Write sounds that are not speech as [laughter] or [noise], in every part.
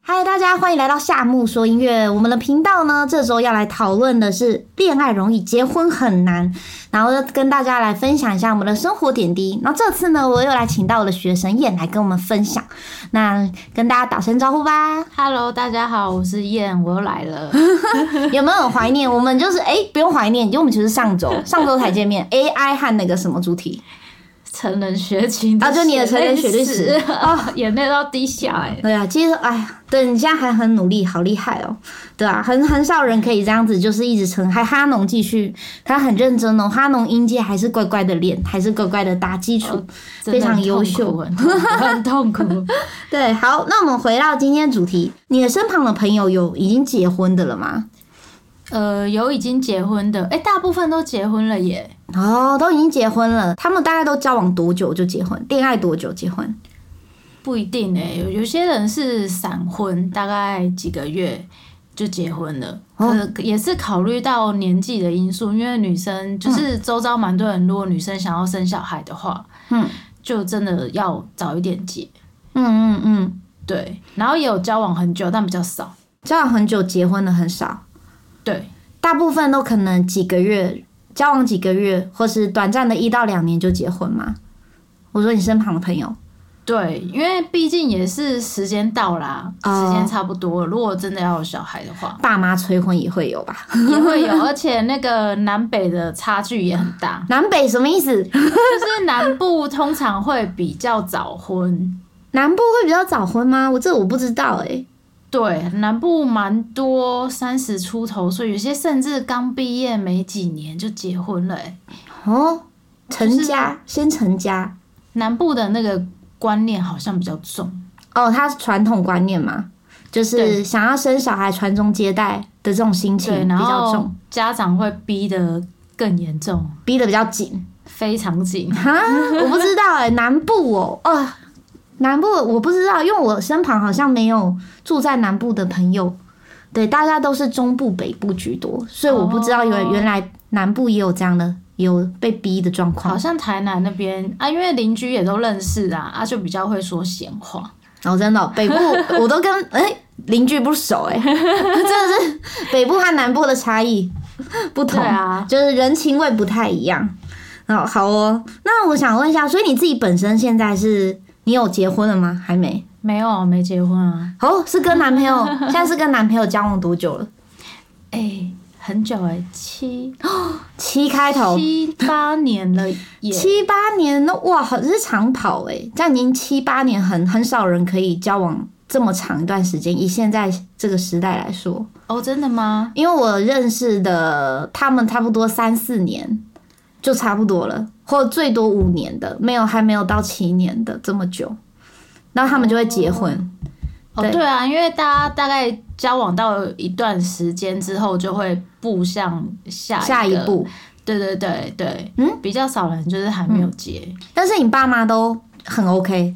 嗨，大家欢迎来到夏木说音乐。我们的频道呢，这周要来讨论的是恋爱容易，结婚很难，然后要跟大家来分享一下我们的生活点滴。然后这次呢，我又来请到我的学生燕来跟我们分享。那跟大家打声招呼吧。 Hello，大家好，我是燕，我又来 [laughs] 了。有没有很怀念？我们就是哎、不用怀念，因为我们其实上周上周才见面，AI 和那个什么主题成人学琴啊就你的成人学历史 [laughs] 啊，眼泪都要滴下 [laughs] 来。对啊，其实哎呀，对你现在还很努力，好厉害哦。对啊，很很少人可以这样子，就是一直撑。还哈农继续，他很认真哦。哈农音阶还是乖乖的练，还是乖乖的打基础。非常优秀真的哦很痛苦，很痛苦。 [laughs] 对，好，那我们回到今天的主题，你的身旁的朋友有已经结婚的了吗？呃，有已经结婚的，哎、大部分都结婚了耶。哦，都已经结婚了，他们大概都交往多久就结婚？恋爱多久结婚？不一定哎、有有些人是闪婚，大概几个月就结婚了。哦可也是考虑到年纪的因素，因为女生嗯就是周遭蛮多人，如果女生想要生小孩的话，嗯，就真的要早一点结。嗯嗯嗯，对，然后也有交往很久，但比较少。交往很久结婚的很少，对，大部分都可能几个月交往几个月，或是短暂的一到两年就结婚嘛。我说你身旁的朋友，对，因为毕竟也是时间到啦，哦，时间差不多了。如果真的要有小孩的话爸妈催婚也会有吧？，也会有，而且那个南北的差距也很大南北什么意思？就是南部通常会比较早婚，南部会比较早婚吗？我这我不知道哎、对，南部蛮多三十出头岁，有些甚至刚毕业没几年就结婚了、欸。哦，成就是家、先成家南部的那个观念好像比较重，哦，他是传统观念嘛，就是对想要生小孩传宗接代的这种心情对，比然较后重，家长会逼得更严重。逼得比较紧。非常紧，哈，我不知道哎、南部哦，哦，南部我不知道，因为我身旁好像没有住在南部的朋友，对，大家都是中部、北部居多，所以我不知道原哦原来南部也有这样的有被逼的状况好，像台南那边啊，因为邻居也都认识啊，啊就比较会说闲话。然后、真的哦、北部我都跟哎邻、居不熟 [laughs] 哎、真的是北部和南部的差异不对同。啊，就是人情味不太一样。哦，好哦。那我想问一下，所以你自己本身现在是你有结婚了吗？还没。没有没结婚啊，哦，是跟男朋 [laughs] 友，现在是跟男朋友交往多久了？哎、很久哎、七七开头，七八年了 [laughs] 耶，七八年，那哇，好是长跑哎、这样已经七八年很，很少人可以交往这么长一段时间。以现在这个时代来说，哦，真的吗？因为我认识的他们差不多三四年就差不多了，或最多五年的，没有还没有到七年的这么久，然后他们就会结婚。哦，对对啊，因为大家大概交往到一段时间之后，就会步向哦下下一一个，步，对对对对，嗯，比较少人就是还没有结，但是你爸妈都很 OK，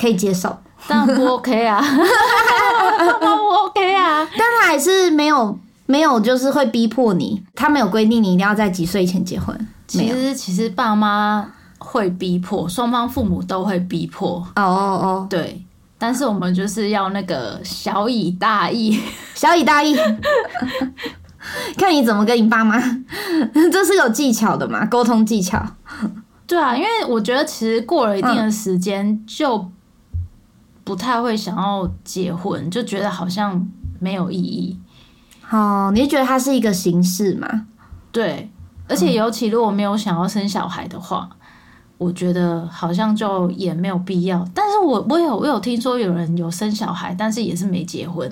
可以接受，当然不 OK [laughs] 啊，爸妈不 OK 啊，但他还是没有没有就是会逼迫你，他没有规定你一定要在几岁以前结婚，没其有。实其实爸妈会逼迫，双方父母都会逼迫，哦哦哦，对。但是我们就是要那个小以大义， [laughs] 小以 [laughs] 大义，看你怎么跟你爸妈， [laughs] 这是有技巧的嘛，沟通技巧。对啊，因为我觉得其实过了一定的时间就不太会想要结婚，就觉得好像没有意义。哦，你就觉得它是一个形式嘛？对，而且尤其如果没有想要生小孩的话，我觉得好像就也没有必要。但是我我有我有听说有人有生小孩，但是也是没结婚，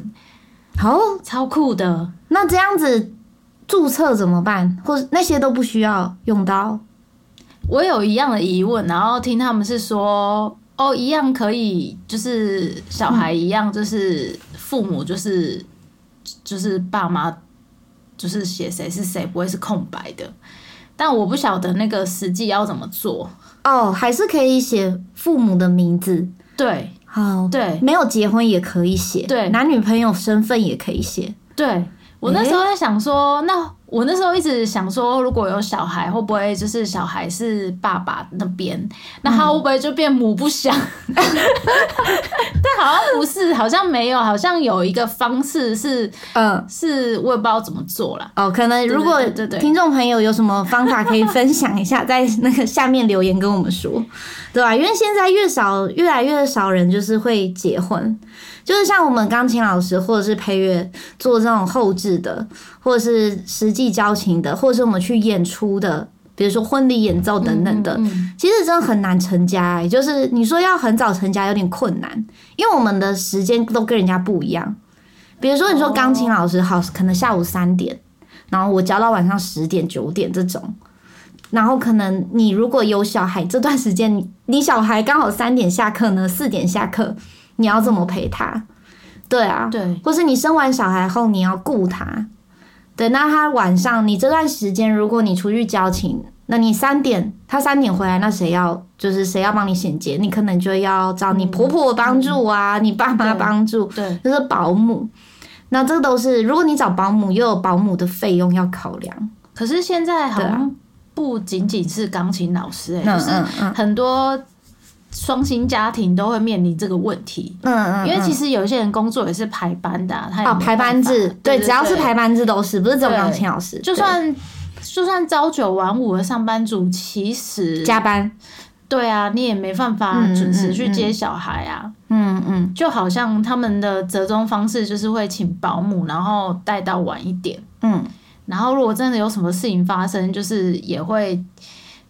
好，超酷的。那这样子注册怎么办？或者那些都不需要用到？我有一样的疑问，然后听他们是说，哦，一样可以，就是小孩一样，就是父母就是就是爸妈，就是写谁是谁，不会是空白的。但我不晓得那个实际要怎么做。哦，还是可以写父母的名字。对好，对没有结婚也可以写，对男女朋友身份也可以写。对，我那时候在想说，那我那时候一直想说，如果有小孩，会不会就是小孩是爸爸那边，那嗯他会不会就变母 [laughs] 不详？但好像不是，好像没有，好像有一个方式是嗯，是，我也不知道怎么做啦。哦，可能如果对对对对听众朋友有什么方法可以分享一下， [laughs] 在那个下面留言跟我们说，对吧、因为现在越少，越来越少人就是会结婚，就是像我们钢琴老师或者是配乐做这种后置的，或者是实际交情的，或者是我们去演出的，比如说婚礼演奏等等的，嗯，嗯其实真的很难成家、欸，就是你说要很早成家有点困难，因为我们的时间都跟人家不一样。比如说，你说钢琴老师好，可能下午三点，然后我教到晚上十点、九点这种。然后可能你如果有小孩，这段时间你你小孩刚好三点下课呢，四点下课，你要怎么陪他？对啊嗯，对，或是你生完小孩后你要顾他，对，那他晚上你这段时间如果你出去交情，那你三点他三点回来，那谁要就是谁要帮你衔接？你可能就要找你婆婆帮助啊，你爸妈对帮助，对，就是保姆。那这都是如果你找保姆，又有保姆的费用要考量，可是现在好对啊像不仅仅是钢琴老师、欸，嗯就是嗯嗯很多双薪家庭都会面临这个问题，嗯嗯，因为其实实有一些人工作也是排班的啊、他也哦没排班办法制，对，对，只要是对排班制都是，不是只有对钢琴老师，就对算就算朝九晚五的上班族，其实加班，对啊，你也没办法嗯准时嗯去嗯接小孩啊。嗯嗯，就好像他们的折中方式就是会请保姆，然后带到晚一点。嗯，然后如果真的有什么事情发生，就是也会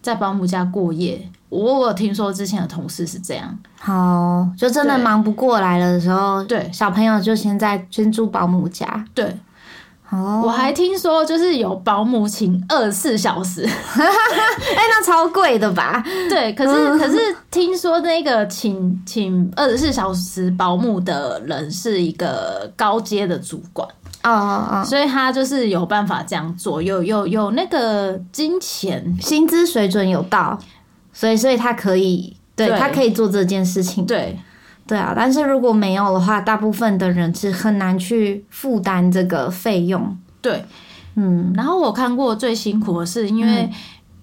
在保姆家过夜。我我有听说之前的同事是这样，好，就真的对忙不过来了的时候，对小朋友就先在先住保姆家。对，我哦，还听说就是有保姆请二十四小时，哎、那超贵的吧？ [laughs] 对，可嗯是可是听说那个请请二十四小时保姆的人是一个高阶的主管，哦哦哦，所以他就是有办法这样做，有有有那个金钱薪资水准有到，所以所以他可以，对对他可以做这件事情。对对啊，但是如果没有的话，大部分的人是很难去负担这个费用。对，嗯，然后我看过最辛苦的是，因为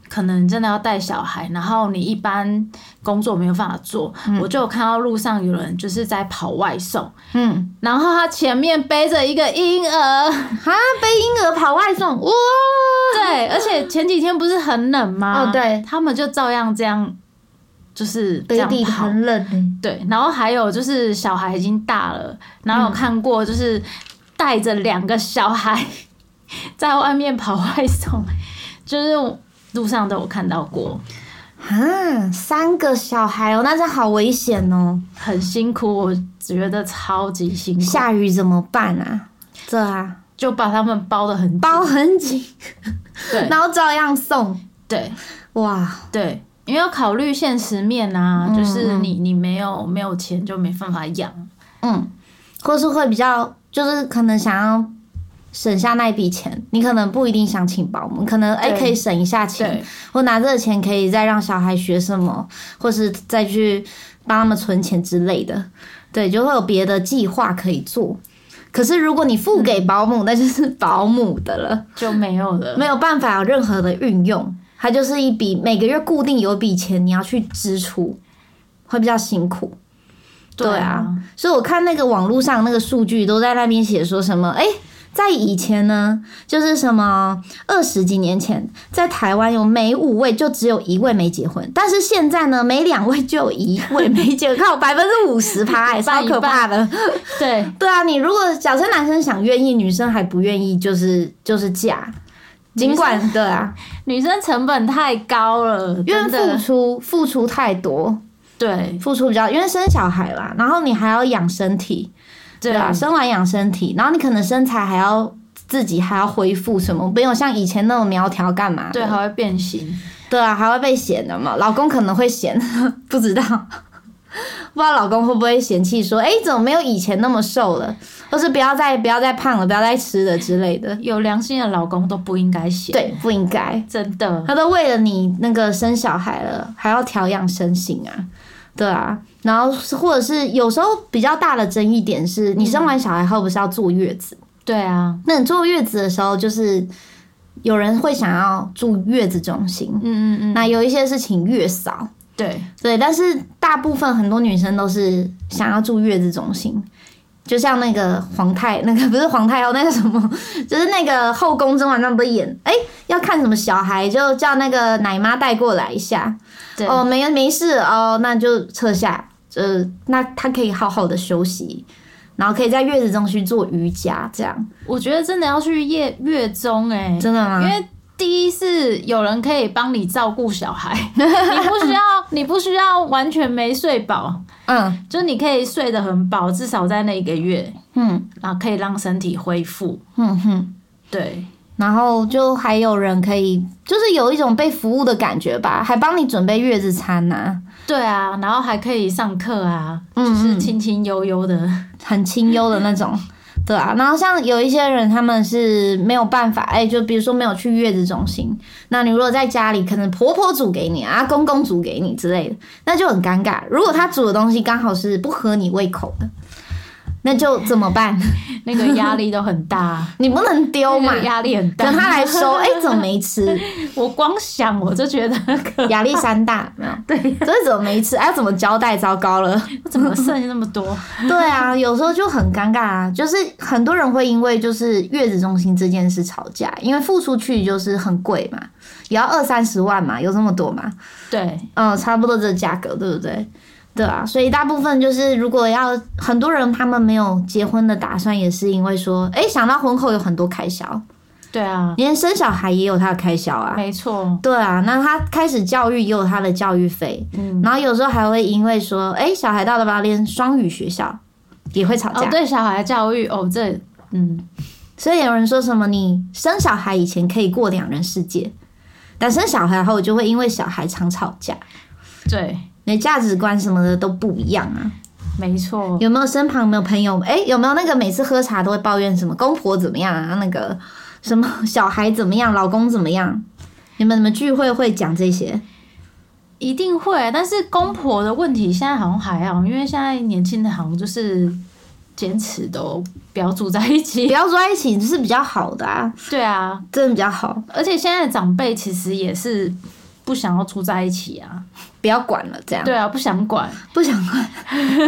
可能真的要带小孩，然后你一般工作没有办法做，我就有看到路上有人就是在跑外送，嗯，然后他前面背着一个婴儿， [laughs] 哈，背婴儿跑外送，哇，对，而且前几天不是很冷吗？哦对他们就照样这样，就是这北样嗯底跑。很冷欸对，然后还有就是小孩已经大了，然嗯后有看过就是带着两个小孩 [laughs] 在外面跑外送，就是路上都有看到过，啊，三个小孩哦，那这好危险哦。很辛苦，我觉得超级辛苦，下雨怎么办啊？这啊，就把他们包的 [laughs] 很紧包很紧，对然后照样送。对哇，对，因为要考虑现实面啊，嗯就是你你没有没有钱就没办法养，嗯，或是会比较，就是可能想要省下那一笔钱，你可能不一定想请保姆，可能哎、对可以省一下钱，对或拿这个钱可以再让小孩学什么，或是再去帮他们存钱之类的，对，就会有别的计划可以做。可是如果你付给保姆，那就是保姆的了。就没有了。没有办法有任何的运用，它就是一笔每个月固定有一笔钱你要去支出，会比较辛苦。对啊，所以我看那个网络上那个数据都在那边写说什么，哎、在以前呢，就是什么二十几年前，在台湾有每五位就只有一位没结婚，但是现在呢，每两位就有一位没结婚，靠百分之五十 [laughs] 趴，哎、一超半可怕的。对对啊，你如果假设男生想愿意，女生还不愿意，就是就是嫁，尽管对啊，女生成本太高了，因为真付的出付出太多，对付出比较，因为生小孩啦，然后你还要养身体，对啊，生完养身体，然后你可能身材还要自己还要恢复什么，没有像以前那种苗条干嘛的对，还会变形。对啊，还会被嫌的嘛，老公可能会嫌， [laughs] 不知道。不知道老公会不会嫌弃说，哎、怎么没有以前那么瘦了，或是不要再不要再胖了，不要再吃了之类的。有良心的老公都不应该嫌，，对，不应该。真的，他都为了你那个生小孩了，还要调养身心啊，对啊。然后是或者是有时候比较大的争议点是，你生完小孩后不是要坐月子？对啊，那你坐月子的时候，就是有人会想要住月子中心，嗯嗯嗯，那有一些是请月嫂，对，对，但是大部分很多女生都是想要住月子中心，就像那个皇太那个不是皇太后，那个什么， [laughs] 就是那个后宫甄嬛传不是演，哎、要看什么小孩就叫那个奶妈带过来一下，对哦，没没事哦，那就撤下，呃，那她可以好好的休息，然后可以在月子中心做瑜伽，这样我觉得真的要去月月中哎、真的吗？因为第一是有人可以帮你照顾小孩， [laughs] 你不需要你不需要完全没睡饱，嗯就你可以睡得很饱，至少在那一个月，嗯然后可以让身体恢复。嗯哼。对，然后就还有人可以，就是有一种被服务的感觉吧，还帮你准备月子餐呐、对啊，然后还可以上课啊，嗯就是轻轻悠悠的。 [laughs] 很清幽的那种， [laughs] 对啊。然后像有一些人，他们是没有办法，哎、就比如说没有去月子中心，那你如果在家里，可能婆婆煮给你啊，公公煮给你之类的，那就很尴尬。如果他煮的东西刚好是不合你胃口的，那就怎么办？ [laughs] 那个压力都很大，你不能丢嘛那个，压力很大。等他来收，哎、怎么没吃？ [laughs] 我光想我就觉得可， [laughs] 亚历山大没有，对，这怎么没吃？哎、怎么交代？糟糕了。我怎么剩那么 [laughs] 多？对啊，有时候就很尴尬啊，就是很多人会因为就是月子中心这件事吵架，因为付出去就是很贵嘛，也要二三十万嘛，有这么多嘛？对，嗯，差不多这个价格，对不对？对啊，所以大部分就是如果要很多人他们没有结婚的打算，也是因为说，哎、想到婚后有很多开销，对啊，连生小孩也有他的开销啊。没错，对啊，那他开始教育也有他的教育费，嗯。然后有时候还会因为说，哎、小孩到了吧，连双语学校也会吵架。哦，对小孩教育，哦，这，嗯，所以有人说什么，你生小孩以前可以过两人世界，但生小孩后就会因为小孩常吵架，对，你的价值观什么的都不一样啊。没错，有没有身旁有没有朋友？哎、有没有那个每次喝茶都会抱怨什么公婆怎么样啊？那个什么小孩怎么样，老公怎么样？你们你们聚会会讲这些？一定会。但是公婆的问题现在好像还好，因为现在年轻的好像就是坚持都不要住在一不起。 [laughs] 要说在一起是比较好的啊，对啊，真的比较好，而且现在的长辈其实也是不想要住在一起啊。不要管了这样。对啊，不想管。不想管， [laughs]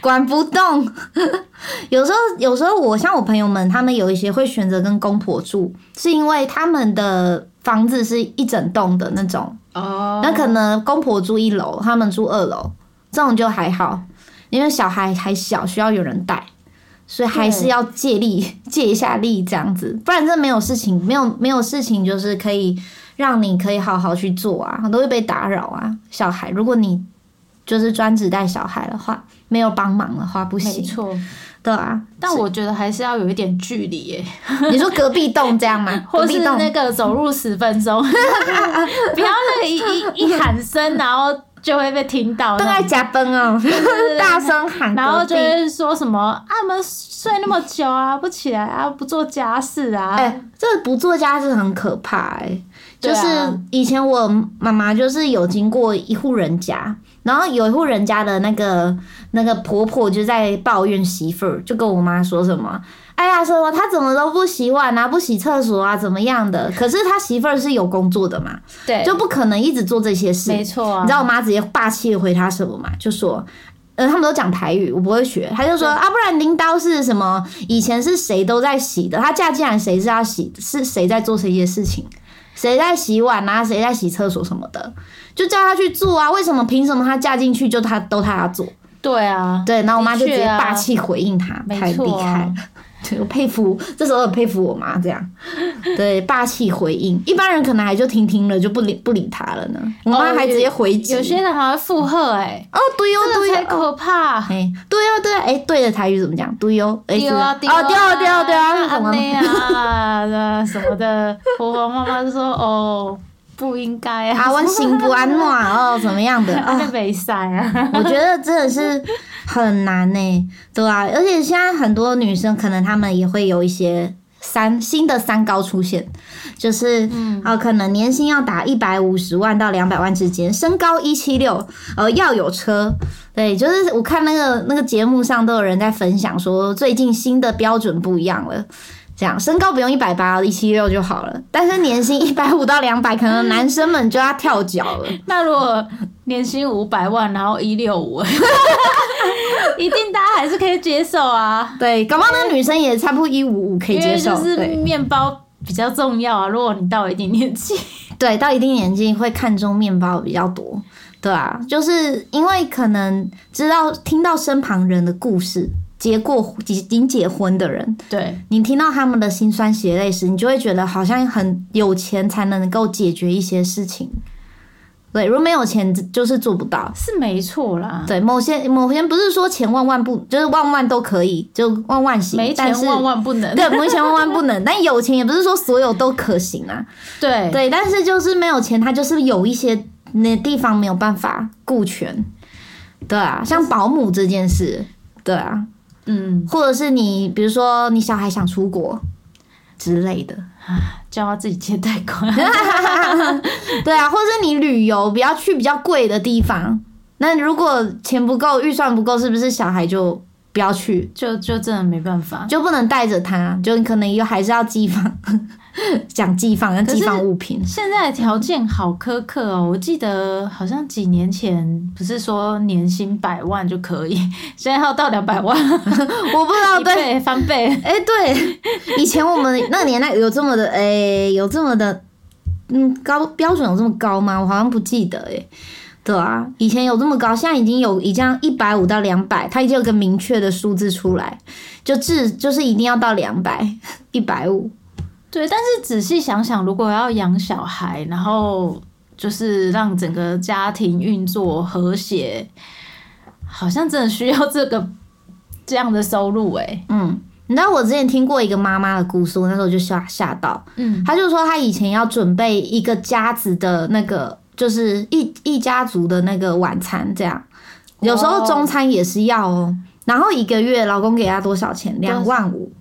管不动。 [laughs] 有时候，有时候我像我朋友们，他们有一些会选择跟公婆住，是因为他们的房子是一整栋的那种，哦那可能公婆住一楼，他们住二楼，这种就还好，因为小孩还小，需要有人带。所以还是要借力， [laughs] 借一下力这样子，不然这没有事情，没有没有事情就是可以让你可以好好去做啊，很多会被打扰啊。小孩，如果你就是专职带小孩的话，没有帮忙的话不没行，错，对啊。但我觉得还是要有一点距离耶，你说隔壁栋这样吗？隔 [laughs] 或壁是栋那个走路十分 [laughs] 钟，不要那个一一一喊声，然后就会被听到都那种。在加班哦， [laughs] 大声喊隔壁，然后就会说什么啊，你们睡那么久啊，不起来啊，不做家事啊，哎、这不做家事很可怕哎、就对啊是以前我妈妈就是有经过一户人家，然后有一户人家的那个那个婆婆就在抱怨媳妇儿，就跟我妈说什么，哎呀，什么她怎么都不洗碗啊，不洗厕所啊，怎么样的？可是她媳妇儿是有工作的嘛，对，就不可能一直做这些事。没错啊，你知道我妈直接霸气的回她什么吗？就说。呃，他们都讲台语，我不会学。她就说啊，不然拎刀是什么？以前是谁都在洗的，她嫁进来谁是要洗，是谁在做这些事情，谁在洗碗啊，谁在洗厕所什么的，就叫她去做啊。为什么？凭什么她嫁进去就她都她要做？对啊，对，然后我妈就直接的确啊霸气回应她，没太厉错啊害。对，我佩服，这时候很佩服我妈这样，对，霸气回应。一般人可能还就听听了，就不理不理她了呢。我妈哦还直接回击、有些人还会附和、哎，哦，对哦，这个对才哦，可怕。哎，对哦，对哦，哎，对的台语怎么讲？对哦，哎，丢啊是哦，对哦，对哦，对哦，啊怎么了？那啊那什 [laughs] 么的，婆婆妈妈就说哦，不应该啊，啊，我心不安暖哦，怎么样的？ [laughs] 那哦，没塞 [laughs] 啊，我觉得真的是很难呢、对啊，而且现在很多女生可能她们也会有一些三新的三高出现，就是嗯哦，可能年薪要达一百五十万到两百万之间，身高一七六，呃，要有车。对，就是我看那个那个节目上都有人在分享说，最近新的标准不一样了。这样身高不用一百八，一七六就好了。但是年薪一百五到两百，可能男生们就要跳脚了。那如果年薪五百万，然后一六 [laughs] 五，一定大家还是可以接受啊，对，搞不好那个女生也差不多一五五可以因接为受。就是对面包比较重要啊。如果你到一定年纪，对，到一定年纪会看重面包比较多。对啊，就是因为可能知道听到身旁人的故事，结过已经结婚的人，对，你听到他们的辛酸血泪史，你就会觉得好像很有钱才能够解决一些事情。对，如果没有钱，就是做不到。是没错啦。对，某些某些不是说钱万万不，就是万万都可以，就万万行。没但钱是万万不能。 [laughs] 对，没钱万万不能。但有钱也不是说所有都可行啊。对对，但是就是没有钱，他就是有一些那地方没有办法顾全。对啊，像保姆这件事，对啊，嗯，或者是你比如说你小孩想出国之类的， [laughs] 叫他自己接贷款。对啊，或者是你旅游不要去比较贵的地方。那如果钱不够，预算不够，是不是小孩就不要去，就就真的没办法。就不能带着他？就你可能又还是要寄放，讲寄放，但可是寄放物品。现在的条件好苛刻哦，我记得好像几年前不是说年薪百万就可以， [laughs] 现在要到两百 [laughs] 万，我不知道，啊一对，倍翻倍。哎、对，以前我们那个年代有这么的，哎、有这么的，嗯，高标准有这么高吗？我好像不记得、哎，对啊，以前有这么高，现在已经有已经一百五到两百，它已经有个明确的数字出来，就至就是一定要到两百，一百五，对，但是仔细想想，如果要养小孩，然后就是让整个家庭运作和谐，好像真的需要这个这样的收入哎、嗯。你知道我之前听过一个妈妈的故事，我那时候就吓吓到。嗯，她就说她以前要准备一个家子的那个，就是一一家族的那个晚餐，这样。有时候中餐也是要哦。然后一个月老公给她多少钱？多少嗯两万五，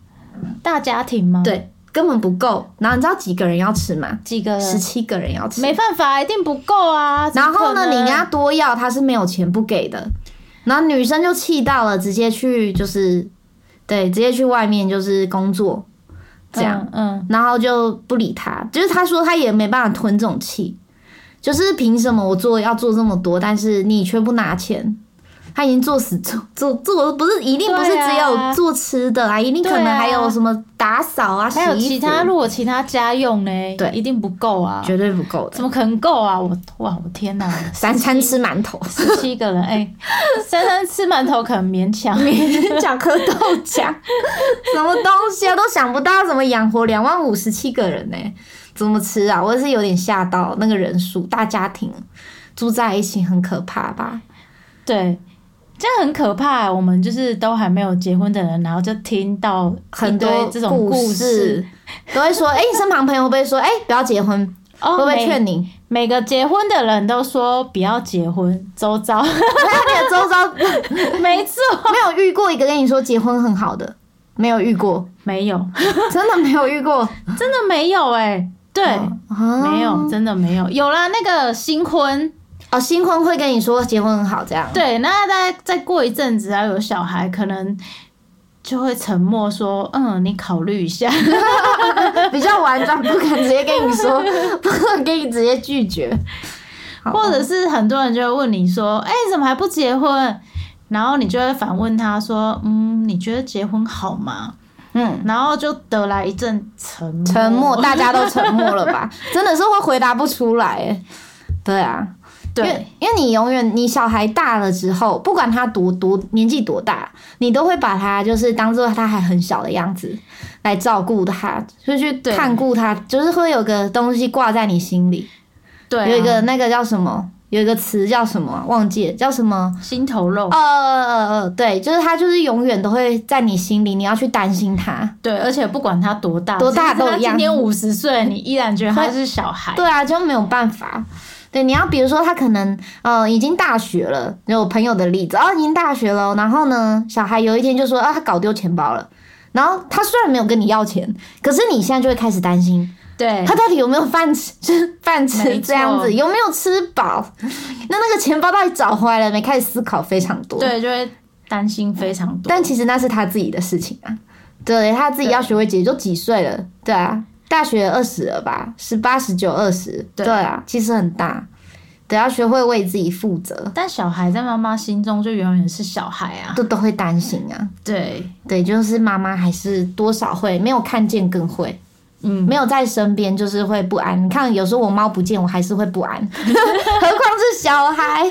大家庭吗？，对，根本不够。然后你知道几个人要吃吗？几个十七个人要吃。呃没办法，一定不够啊。怎么然后呢，可你能跟他多要，啊他是没有钱不给的。然后女生就气到了，直接去就是，对，直接去外面就是工作，这样。，嗯，嗯然后就不理他，就是他说他也没办法吞这种气，就是凭什么我做要做这么多，但是你却不拿钱？他已经做死做做做，不是一定不是对啊只有做吃的啊，一定可能对啊还有什么打扫啊、洗还有衣其服他，如果其他家用呢？对一定不够啊，绝对不够的，怎么可能够啊？我哇，我 [laughs] 天哪，，三餐吃馒头 [laughs] 十七个人，哎、三餐吃馒头可能勉 [laughs] 强。讲颗豆浆，什么东西啊都想不到，怎么养活两万五十七个人呢、怎么吃啊？我是有点吓到那个人数，大家庭住在一起很可怕吧？对，这样很可怕、啊我们就是都还没有结婚的人，然后就听到很多一堆这种故事事， [laughs] 都会说，哎、你身旁朋友会不会说，哎、不要结婚？会哦，不会每劝你？ [laughs] 每个结婚的人都说不要结婚，周 [laughs] 遭那你的周遭 [laughs] 没错，没有遇过一个跟你说结婚很好的，没有遇过，没有，真的没有遇过。真的没有哎、 [laughs] 对。啊没有，真的没有。有啦，那个新婚，哦，新婚会跟你说结婚很好这样。对，那大概再过一阵子啊，有小孩可能就会沉默说：“嗯，你考虑一下。比较婉转，不敢直接跟你说， [laughs] 不敢跟你直接拒绝。”哦 [laughs] 或者是很多人就会问你说：“哎、你怎么还不结婚？”然后你就会反问他说：“嗯，你觉得结婚好吗嗯，？”然后就得来一阵沉默。沉默，大家都沉默了吧？ [laughs] 真的是会回答不出来。哎对啊，因对为，因为你永远你小孩大了之后，不管他多多年纪多大，你都会把他就是当做他还很小的样子来照顾他，就去对看顾他，就是会有个东西挂在你心里，对啊、有一个那个叫什么，有一个词叫什么忘记了叫什么。心头肉。呃呃呃呃，对，就是他，就是永远都会在你心里，你要去担心他。对，而且不管他多大，多大即使他都一样今年五十岁，你依然觉得他是小孩。对啊，就没有办法。对，你要比如说他可能呃已经大学了，有我朋友的例子，哦已经大学了，然后呢小孩有一天就说啊他搞丢钱包了，然后他虽然没有跟你要钱，可是你现在就会开始担心对他到底有没有饭吃， [laughs] 就是饭吃没这样错子有没有吃饱， [laughs] 那那个钱包到底找回来了没？开始思考非常多。对，就会担心非常多。但其实那是他自己的事情啊。对他自己要学会解决，都几岁了？对啊，大学二十了吧？十八、十九、二十，对对啊，其实很大，得要学会为自己负责，但小孩在妈妈心中就永远是小孩啊。都都会担心啊。对，对，就是妈妈还是多少会没有看见更会，嗯，没有在身边就是会不安。你看，有时候我猫不见，我还是会不安， [laughs] 何况是小孩，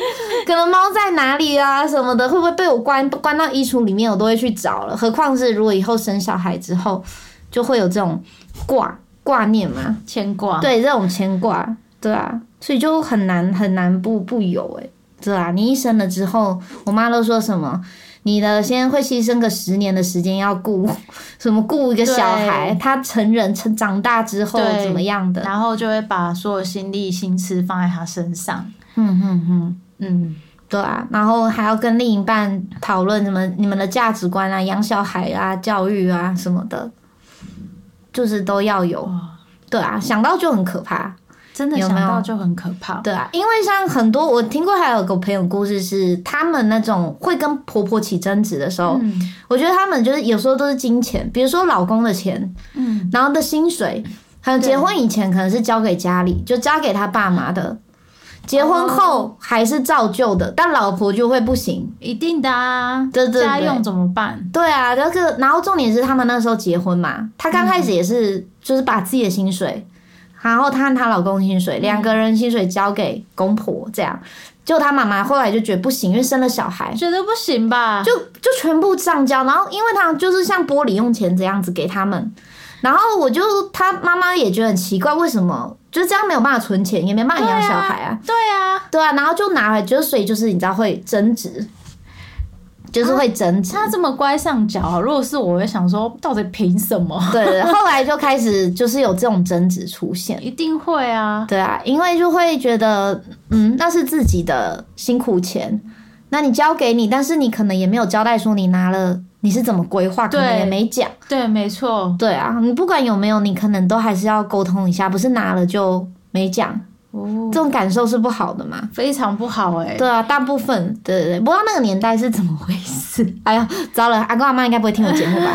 可能猫在哪里啊什么的，会不会被我关关到衣橱里面，我都会去找了。何况是如果以后生小孩之后，就会有这种挂挂念嘛，牵挂。对这种牵挂，对啊，所以就很难很难不不有哎、对啊，你一生了之后，我妈都说什么，你的先会牺牲个十年的时间要顾什么顾一个小孩，他成人成长大之后对怎么样的，然后就会把所有心力心思放在他身上。嗯嗯嗯，嗯，对啊，然后还要跟另一半讨论什么你们的价值观啊、养小孩啊、教育啊什么的，就是都要有，哇，对啊，想到就很可怕。真的有想没有到就很可怕。对啊，因为像很多我听过，还有个朋友故事是，他们那种会跟婆婆起争执的时候，嗯我觉得他们就是有时候都是金钱，比如说老公的钱，嗯，然后的薪水，还有结婚以前可能是交给家里，就交给他爸妈的。结婚哦后还是照旧的，但老婆就会不行。一定的啊。对对对家用怎么办？对啊，这个然后重点是他们那时候结婚嘛，她刚开始也是、就是把自己的薪水，然后她和她老公薪水，两个人薪水交给公婆这样，就她妈妈后来就觉得不行，因为生了小孩，觉得不行吧？就就全部上交，然后因为她就是像玻璃用钱这样子给他们，然后我就她妈妈也觉得很奇怪，为什么就这样没有办法存钱，也没办法养小孩啊？对啊，对啊，然后就拿来，就所以就是你知道会争执，就是会争执。他这么乖上脚，如果是我，我会想说，到底凭什么？ [laughs] 对对，对后来就开始就是有这种争执出现。一定会啊。对啊，因为就会觉得，嗯，那是自己的辛苦钱，那你交给你，但是你可能也没有交代说你拿了你是怎么规划，可能对也没讲。对，没错。对啊，你不管有没有，你可能都还是要沟通一下，不是拿了就没讲，哦这，种感受是不好的嘛。非常不好哎、对啊，大部分对对对，不知道那个年代是怎么回事。 [laughs] 哎呀，糟了，阿公阿妈应该不会听我节目吧？没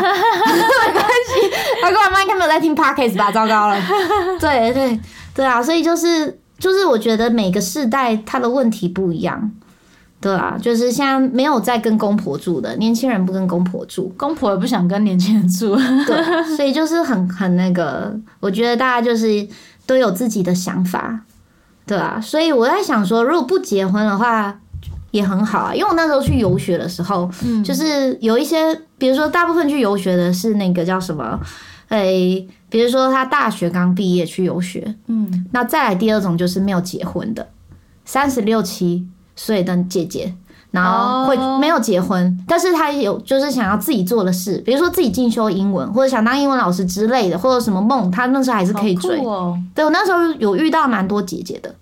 关 [laughs] 系，阿公阿妈应该没有在听 podcast 吧？糟糕了， [laughs] 对对对啊，所以就是就是，我觉得每个世代他的问题不一样。对啊，就是现在没有在跟公婆住的年轻人不跟公婆住，公婆也不想跟年轻人住。对，所以就是很很那个，我觉得大家就是都有自己的想法，对啊，所以我在想说，如果不结婚的话也很好啊，因为我那时候去游学的时候，嗯就是有一些，比如说大部分去游学的是那个叫什么，诶、比如说他大学刚毕业去游学，嗯，那再来第二种就是没有结婚的，三十六七岁的姐姐，然后会哦没有结婚，但是她有就是想要自己做的事，比如说自己进修英文，或者想当英文老师之类的，或者什么梦，她那时候还是可以好酷追。哦。对我那时候有遇到蛮多姐姐的，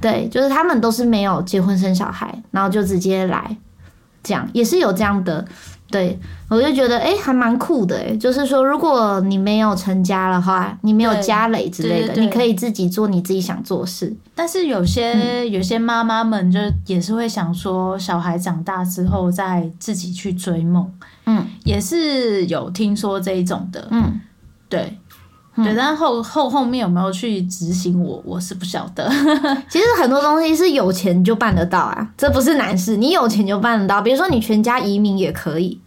对，就是她们都是没有结婚生小孩，然后就直接来，这样也是有这样的。对，我就觉得哎、诶还蛮酷的哎、诶就是说，如果你没有成家的话，你没有对家累之类的，对对对你可以自己做你自己想做的事。但是有些、嗯有些妈妈们就也是会想说，小孩长大之后再自己去追梦，嗯也是有听说这一种的，嗯，对。嗯对，但后后后面有没有去执行我，我是不晓得。 [laughs] 其实很多东西是有钱就办得到啊，这不是难事，你有钱就办得到。比如说你全家移民也可以，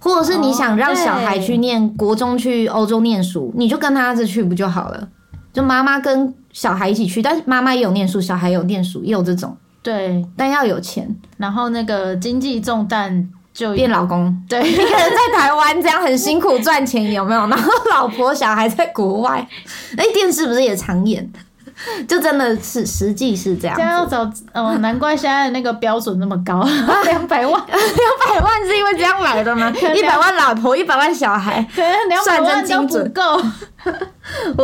或者是你想让哦对小孩去念国中去欧洲念书，你就跟他儿子去不就好了？就妈妈跟小孩一起去，但是妈妈也有念书，小孩也有念书，也有这种，对，但要有钱。然后那个经济重担就变老公， [laughs] 对，你可能在台湾这样很辛苦赚钱，有没有？然后老婆小孩在国外，哎、电视不是也常演？就真的是实际是这样这子，样要找 [laughs] 哦，难怪现在的那个标准那么高，两百万，百万是因为这样来的 [laughs] 吗？能一百万老婆，一百万小孩，可能 [laughs] 两百算万真都精不准够，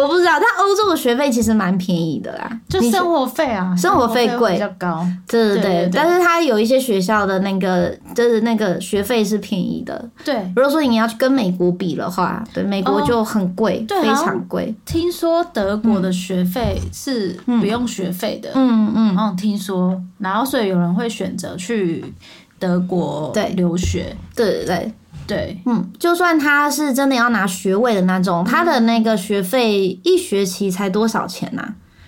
我不知道。但欧洲的学费其实蛮便宜的啦，就你生活费啊，生活费会贵比较高。对对对对对对，但是它有一些学校的那个就是那个学费是便宜的。对，哦如果说你要去跟美国比的话，对美国就很贵，对非好像常贵。听说德国的学费是不用学费的，嗯嗯，嗯，听说，然后所以有人会选择去德国对留学，对对对。对，嗯，就算他是真的要拿学位的那种，他的那个学费一学期才多少钱呐、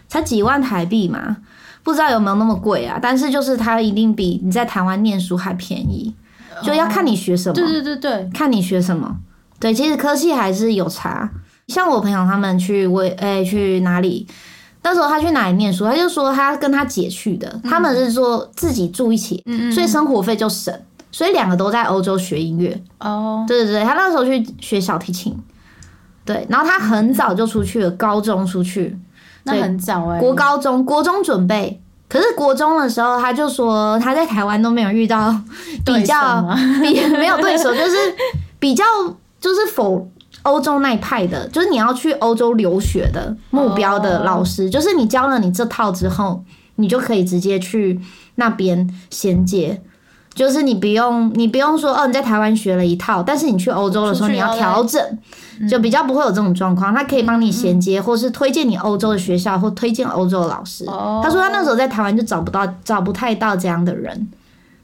才几万台币嘛，不知道有没有那么贵啊？但是就是他一定比你在台湾念书还便宜，就要看你学什么。对对对哦对，看你学什么。对，其实科系还是有差。像我朋友他们去威，诶、去哪里？那时候他去哪里念书，他就说他跟他姐去的，他们是说自己住一起，嗯嗯嗯所以生活费就省。所以两个都在欧洲学音乐。哦，对对对，他那时候去学小提琴。对，然后他很早就出去了，高中出去，那很早哎、国高中国中准备。可是国中的时候，他就说他在台湾都没有遇到对比较什么比没有对手，就是比较就是否欧洲那一派的，就是你要去欧洲留学的目标的老师，就是你教了你这套之后，你就可以直接去那边衔接。就是你不用，你不用说哦，你在台湾学了一套，但是你去欧洲的时候出你去要要调整，嗯就比较不会有这种状况。他可以帮你衔接，或是推荐你欧洲的学校，或推荐欧洲的老师。哦他说他那时候在台湾就找不到，找不太到这样的人。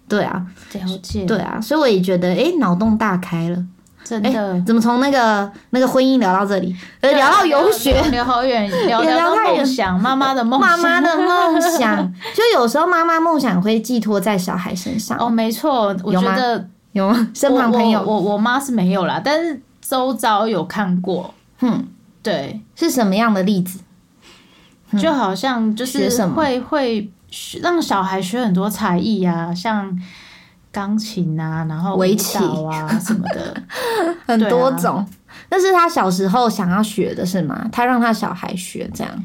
对啊，了解，对啊，所以我也觉得，哎、脑洞大开了。真哎、的。啊怎么从那个那个婚姻聊到这里，呃，聊到游学，聊好远，聊也聊聊到太远梦想，妈妈的梦妈想，妈的梦 [laughs] 想，就有时候妈妈梦想会寄托在小孩身上，哦，没错，我有觉吗得有吗？身我旁朋友，我我我妈是没有啦，但是周遭有看过，嗯，对，是什么样的例子？就好像就学是什么会会学让小孩学很多才艺啊，像钢琴啊，然后围舞棋蹈啊 [laughs] 什么的，很 [laughs] 对啊多种。那是他小时候想要学的是吗？他让他小孩学这样，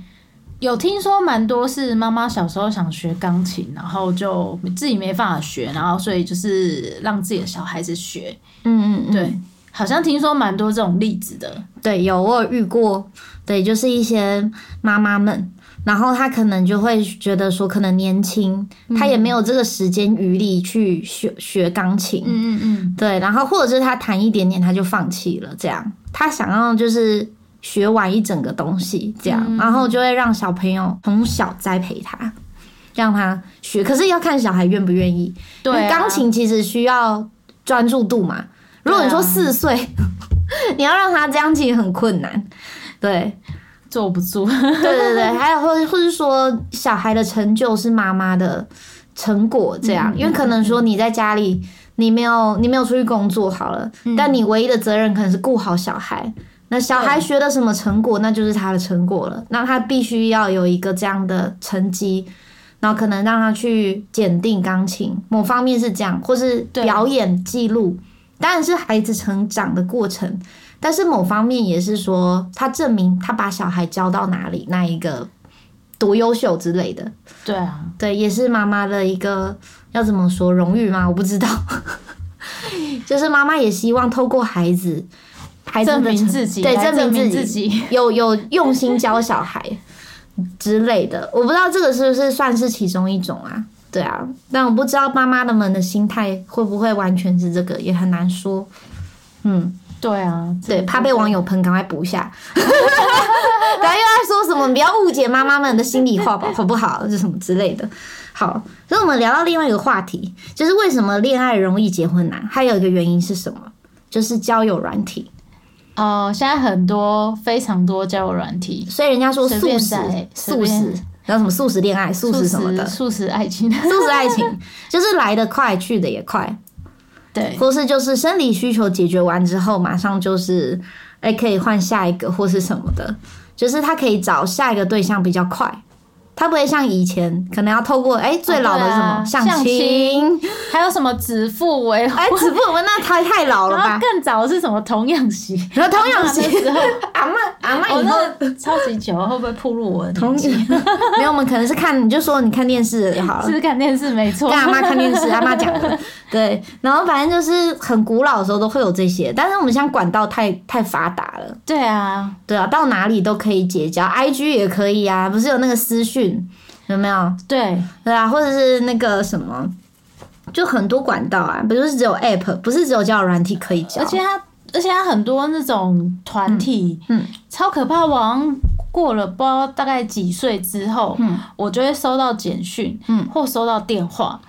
有听说蛮多是妈妈小时候想学钢琴，然后就自己没办法学，然后所以就是让自己的小孩子学，嗯嗯，嗯嗯对，好像听说蛮多这种例子的，对，有我有遇过，对，就是一些妈妈们，然后她可能就会觉得说，可能年轻，她也没有这个时间余力去学学钢琴，嗯嗯嗯，对，然后或者是她弹一点点，她就放弃了，这样，她想要就是学完一整个东西，这样，然后就会让小朋友从小栽培他。让他学，可是要看小孩愿不愿意。嗯因对、为啊，钢琴其实需要专注度嘛。如果你说对啊四岁， [laughs] 你要让他这样其实很困难。对，坐不住，对对对，还有或或是说小孩的成就是妈妈的成果这嗯样，因为可能说你在家里。你没有，你没有出去工作好了，嗯但你唯一的责任可能是顾好小孩。那小孩学的什么成果，那就是他的成果了。那他必须要有一个这样的成绩，然后可能让他去检定钢琴，某方面是这样，或是对表演记录，当然是孩子成长的过程。但是某方面也是说，他证明他把小孩教到哪里，那一个多优秀之类的。 [laughs] 对啊，对，也是妈妈的一个要怎么说荣誉吗？我不知道， [laughs] 就是妈妈也希望透过孩子，孩子的证明成自己，对，来证证明自自己己。有有用心教小孩之类的。我不知道这个是不是算是其中一种啊？对啊，但我不知道妈妈的们的心态会不会完全是这个，也很难说。嗯，对啊，对，怕被网友友喷，赶快补一下。 [laughs] 然后又在说什么，不要误解妈妈们的心里 [laughs] 话吧，好不好？就什么之类的。好，所以我们聊到另外一个话题，就是为什么恋爱容易结婚难？还有一个原因是什么？就是交友软体。哦、现在很多非常多交友软体，所以人家说随素便食在、随素便食，然后什么素食恋爱、素食什么的、素食爱 [laughs] 情，素食爱情，就是来得快，去得也快， [laughs] 对或是就是生理需求解决完之后，马上就是哎、可以换下一个或是什么的，就是他可以找下一个对象比较快。他不会像以前，可能要透过哎、最老的对什么、啊相相亲，还有什么指腹为婚，哎、子不文那太太老了 [laughs] 然后吧？更早是什么童 [laughs] 养媳，然后童养 [laughs] 那媳，时候， [laughs] 阿嬷阿嬷我哎以后 [laughs] 那个超级久，会不会暴露我的年纪？没有，我们可能是看你就说你看电视就好了，是看电视没错跟，阿妈啊看电视，阿妈讲的，对。然后反正就是很古老的时候都会有这些，但是我们现在管道太太发达了， [laughs] 对啊，对啊，到哪里都可以结交，IG 也可以啊，不是有那个私讯有没有？对对啊，或者是那个什么，就很多管道啊，不就是只有 App，不是只有交友软体可以交，而且他，而且他很多那种团体，嗯嗯超可怕。我好像过了不知道大概几岁之后，嗯我就会收到简讯，嗯或收到电话，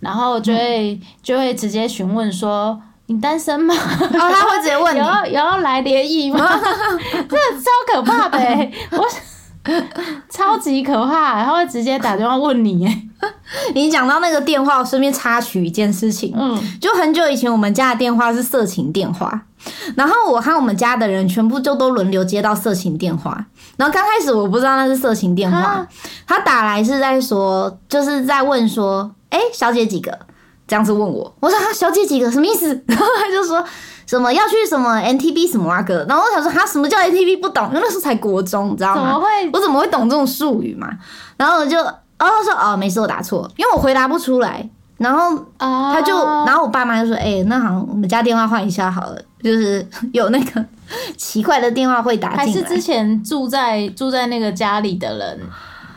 然后就会、就会直接询问说。你单身吗？哦，他会直接问 [laughs] 有啊你，要有要来联谊 [laughs] 吗？这超可怕的、欸，我超级可怕、他会直接打电话问你、欸，你讲到那个电话，我顺便插曲一件事情，嗯，就很久以前我们家的电话是色情电话，然后我和我们家的人全部就都轮流接到色情电话，然后刚开始我不知道那是色情电话啊，他打来是在说，就是在问说，哎、小姐几个？这样子问我，我说哈，啊小姐几个什么意思？ [laughs] 然后他就说什么要去什么 NTB 什么啊哥，然后我想说哈，什么叫 NTB 不懂，因为那时候才国中，你知道怎吗？么会我怎么会懂这种术语嘛？然后我就哦他说哦没事，我打错，因为我回答不出来。然后啊？他就，然后我爸妈就说：“哎、那好，我们家电话换一下好了，就是 [laughs] 有那个奇怪的电话会打还进是来。”之前住在住在那个家里的人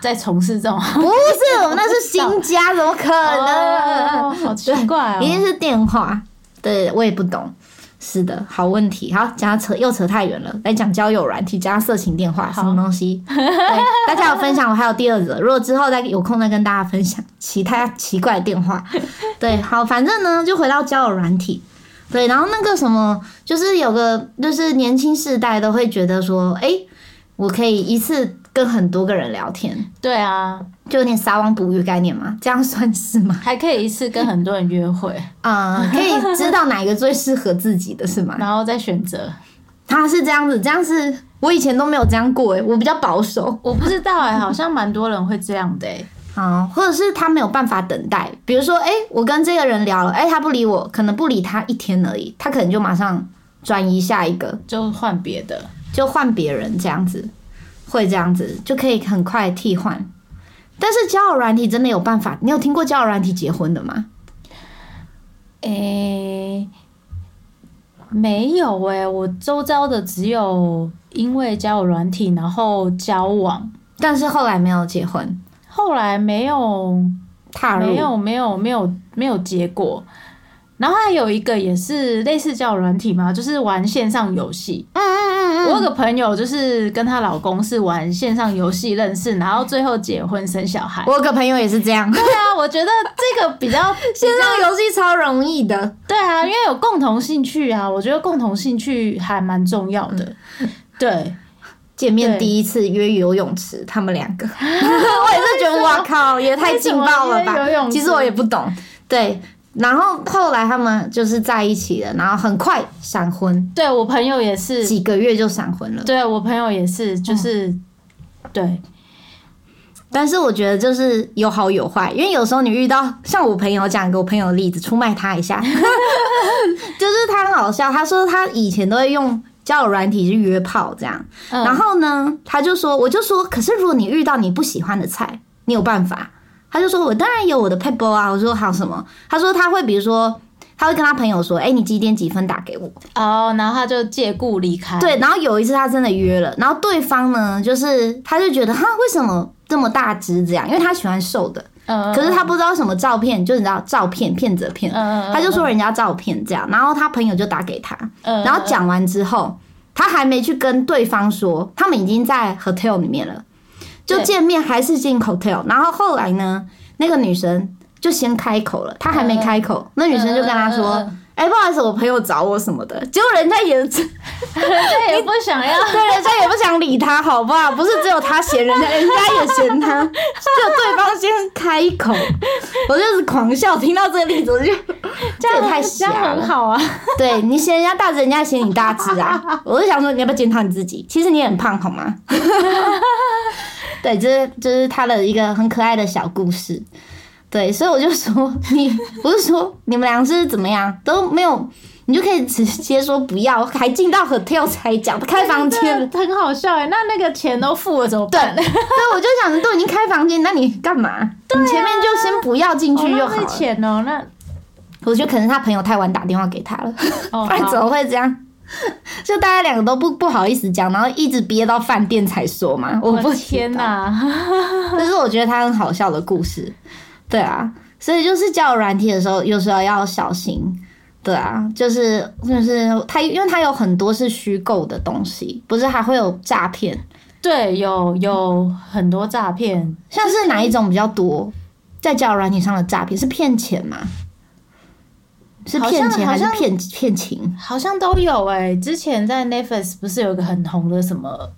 在从事这种，不是，我们那是新 [laughs] 家，怎么可能？哦 [laughs] 好奇怪一哦。定是电话。对，我也不懂。是的，好问题。好，讲到扯又扯太远了，来讲交友软体加色情电话什好么东西？对，大家有分享，我还有第二则，如果之后再有空再跟大家分享其他奇怪的电 [laughs] 话。对，好，反正呢，就回到交友软体。对，然后那个什么，就是有个就是年轻世代都会觉得说，哎、我可以一次跟很多个人聊天，对啊，就有点撒网捕鱼概念嘛，这样算是吗？还可以一次跟很多人约 [laughs] 会，啊、可以知道哪一个最适合自己的是吗？然后再选择。 [laughs] 他是这样子，这样是我以前都没有这样过欸诶，我比较保守。我不知道哎、好像蛮多人会这样的哎、啊，或者是他没有办法等待，比如说，哎、我跟这个人聊了，哎、他不理我，可能不理他一天而已，他可能就马上转移下一个，就换别的。就换别人这样子，会这样子就可以很快替换。但是交友软体真的有办法，你有听过交友软体结婚的吗？诶、没有诶、我周遭的只有因为交友软体然后交往，但是后来没有结婚，后来没有踏入没有没有没有没有结果。然后还有一个也是类似交友软体嘛，就是玩线上游戏。嗯嗯嗯我嗯有个朋友就是跟她老公是玩线上游戏认识，然后最后结婚生小孩嗯，。我有个朋友也是这样，对啊，我觉得这个比较 [laughs] 线上游戏超容易的，对啊，因为有共同兴趣啊，我觉得共同兴趣还蛮重要的。嗯对，见面对第一次约游泳池，他们两个， [laughs] 我也是觉得哇靠，也太劲爆了为什么约游吧！泳池其实我也不懂，对。然后后来他们就是在一起了，然后很快闪婚，对我朋友也是，几个月就闪婚了。对我朋友也是，就是、对但是我觉得就是有好有坏，因为有时候你遇到像我朋友讲给我朋友的例子，出卖他一下， [laughs] 就是他很好笑，他说他以前都会用交友软体去约炮这样，嗯然后呢，他就说，我就说，可是如果你遇到你不喜欢的菜，你有办法？他就说我当然有我的 p a p e 啊，我说还有什么？他说他会比如说。他会跟他朋友说：“哎、你几点几分打给我哦，然后他就借故离？”开。对，然后有一次他真的约了，然后对方呢，就是他就觉得哈，为什么这么大只这样？因为他喜欢瘦的，嗯，嗯，可是他不知道什么照片，就你知道照片骗子的骗，嗯他就说人家照片这样，然后他朋友就打给他，嗯然后讲完之后，他还没去跟对方说，他们已经在 hotel 里面了，就对见面还是进 hotel，然后后来呢，那个女生就先开口了，他还没开嗯口，那女生就跟他说嗯嗯嗯：“哎、不好意思，我朋友找我什么的。”结果人家也对，他也不想要，人家也不想理他，好不好？不是只有他嫌人家，人家也嫌 [laughs] 他，就对方先开口，我就是狂笑，听到这个例子我就这也太这瞎样了很。好啊。对你嫌人家大只，人家嫌你大只 [laughs] 啊！我就想说，你要不要检讨你自己？其实你也很胖，好吗？对，这、是这、是他的一个很可爱的小故事。对，所以我就说，你不是说你们俩是怎么样都没有，你就可以直接说不要，还进到 hotel 才讲开房间了。真的很好笑哎、那那个钱都付了怎么 [laughs] 对，办？对，我就想着都已经开房间，那你干嘛？你前面就先不要进啊哦去就浪好费了。钱哦，那我觉得可能他朋友太晚打电话给他了。 [laughs] 哦不然哎怎好么会这样？就大家两个都不不好意思讲，然后一直憋到饭店才说嘛。我不我哦天哪！哪， [laughs] 这是我觉得他很好笑的故事。对啊，所以就是交友软体的时候，有时候要小心。对啊，就是就是他，因为他有很多是虚构的东西，不是还会有诈骗，对，有有很多诈骗，像是哪一种比较多？在交友软体上的诈骗是骗钱吗？是骗钱好还像是骗骗情？好像都有哎、之前在 Netflix 不是有一个很红的什么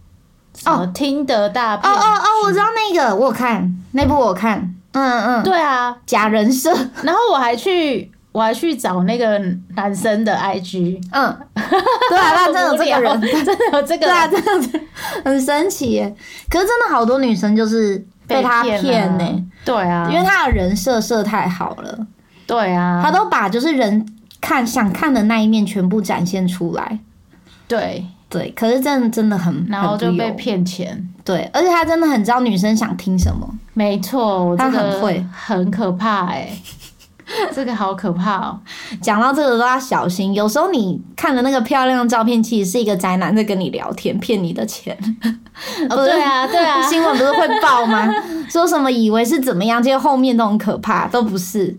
什么听的大哦片？哦哦，我知道那个，我有看那部，我有看，嗯嗯，对啊，假人设，然后我还去我还去找那个男生的 IG，嗯， [laughs] 对啊，那真的有 [laughs] 这个人， [laughs] 人，真的有这个对啊，人，真的很神奇耶。可是真的好多女生就是被他被骗欸呢、啊对啊，因为他的人设设太好了，对啊，他都把就是人看想看的那一面全部展现出来。对，对，可是真的真的很，然后很不就被友骗钱，对，而且他真的很知道女生想听什么。没错，我他这个很会很可怕哎、 [laughs] 这个好可怕哦、讲到这个都要小心，有时候你看的那个漂亮的照片，其实是一个宅男在跟你聊天，骗你的钱。哦不是，对啊，对啊 [laughs] 新闻不是会报 [laughs] 吗？说什么以为是怎么样，结果后面都很可怕，都不是。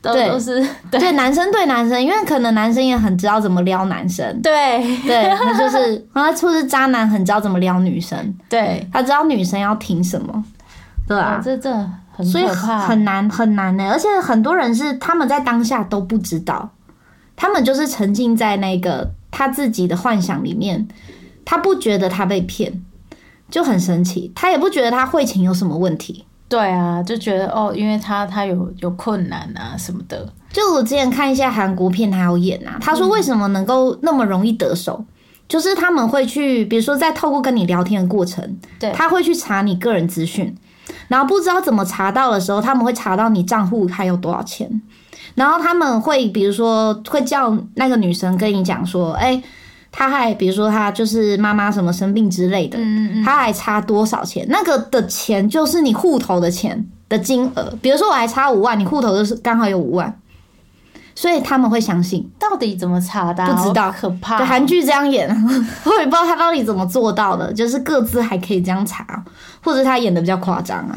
都对都是对，男生对男生，因为可能男生也很知道怎么撩男生。对对，那就是啊，或是渣男很知道怎么撩女生，对，他知道女生要听什么。对哇啊，这真的很所以可怕，很难很难欸呢、而且很多人是他们在当下都不知道，他们就是沉浸在那个他自己的幻想里面，他不觉得他被骗，就很神奇，他也不觉得他会情有什么问题。对啊，就觉得哦，因为他他有有困难啊什么的，就我之前看一些韩国片，他有演啊，他说为什么能够那么容易得手，就是他们会去，比如说在透过跟你聊天的过程，对他会去查你个人资讯，然后不知道怎么查到的时候，他们会查到你账户还有多少钱，然后他们会比如说会叫那个女生跟你讲说，哎、她还比如说她就是妈妈什么生病之类的，嗯他还差多少钱？那个的钱就是你户头的钱的金额。比如说我还差五万，你户头就是刚好有五万，所以他们会相信。到底怎么查的啊、不知道好可怕就哦。韩剧这样演， [laughs] 我也不知道他到底怎么做到的，就是各自还可以这样查，或者他演的比较夸张啊。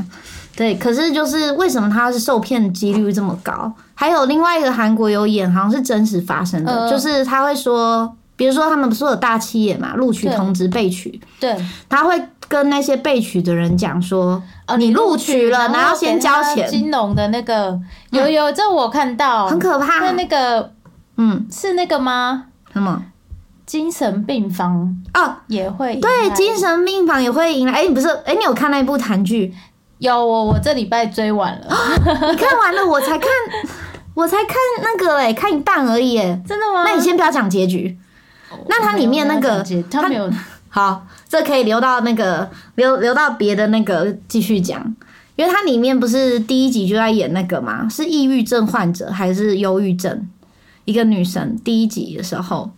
对，可是就是为什么他是受骗几率这么高？还有另外一个韩国有演，好像是真实发生的，呃就是他会说，比如说他们不是有大企业嘛，录取对通知被取，对，他会跟那些被取的人讲说，哦，你录取了然然后后先给他交钱金融的那个有有，这我看到，很可怕那。那个嗯，是那个吗？什么？精神病房哦，也会迎对，来精神病房也会迎来。哎、你不是？哎、你有看那一部韩剧？有我我这礼拜追完 [gasps] 了，你看完了，我才看，我才看那个、哎，看一半而已、哎，真的吗？那你先不要讲结局。那它里面那个他没有好，这可以留到那个留留到别的那个继续讲，因为它里面不是第一集就在演那个嘛，是抑郁症患者还是忧郁症？一个女生第一集的时候，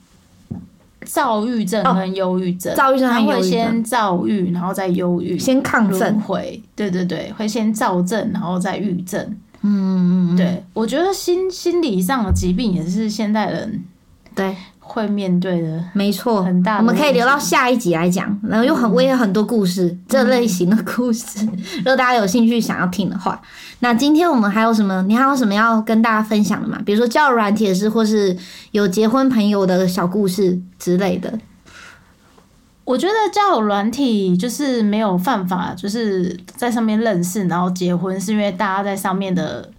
躁郁症跟忧郁症，哦躁郁症他和忧会郁症，先躁郁，然后再忧郁，先亢奋轮，回，对对对，会先躁症，然后再郁症。嗯，对，我觉得心心理上的疾病也是现代人对，会面对的。没错，很大的嗯我们可以留到下一集来讲，然后有很我也有很多故事，这类型的故事， [laughs] 如果大家有兴趣想要听的话，那今天我们还有什么？你还有什么要跟大家分享的吗？比如说教软体也是，或是有结婚朋友的小故事之类的。我觉得交友软体就是没有办法，就是在上面认识，然后结婚，是因为大家在上面的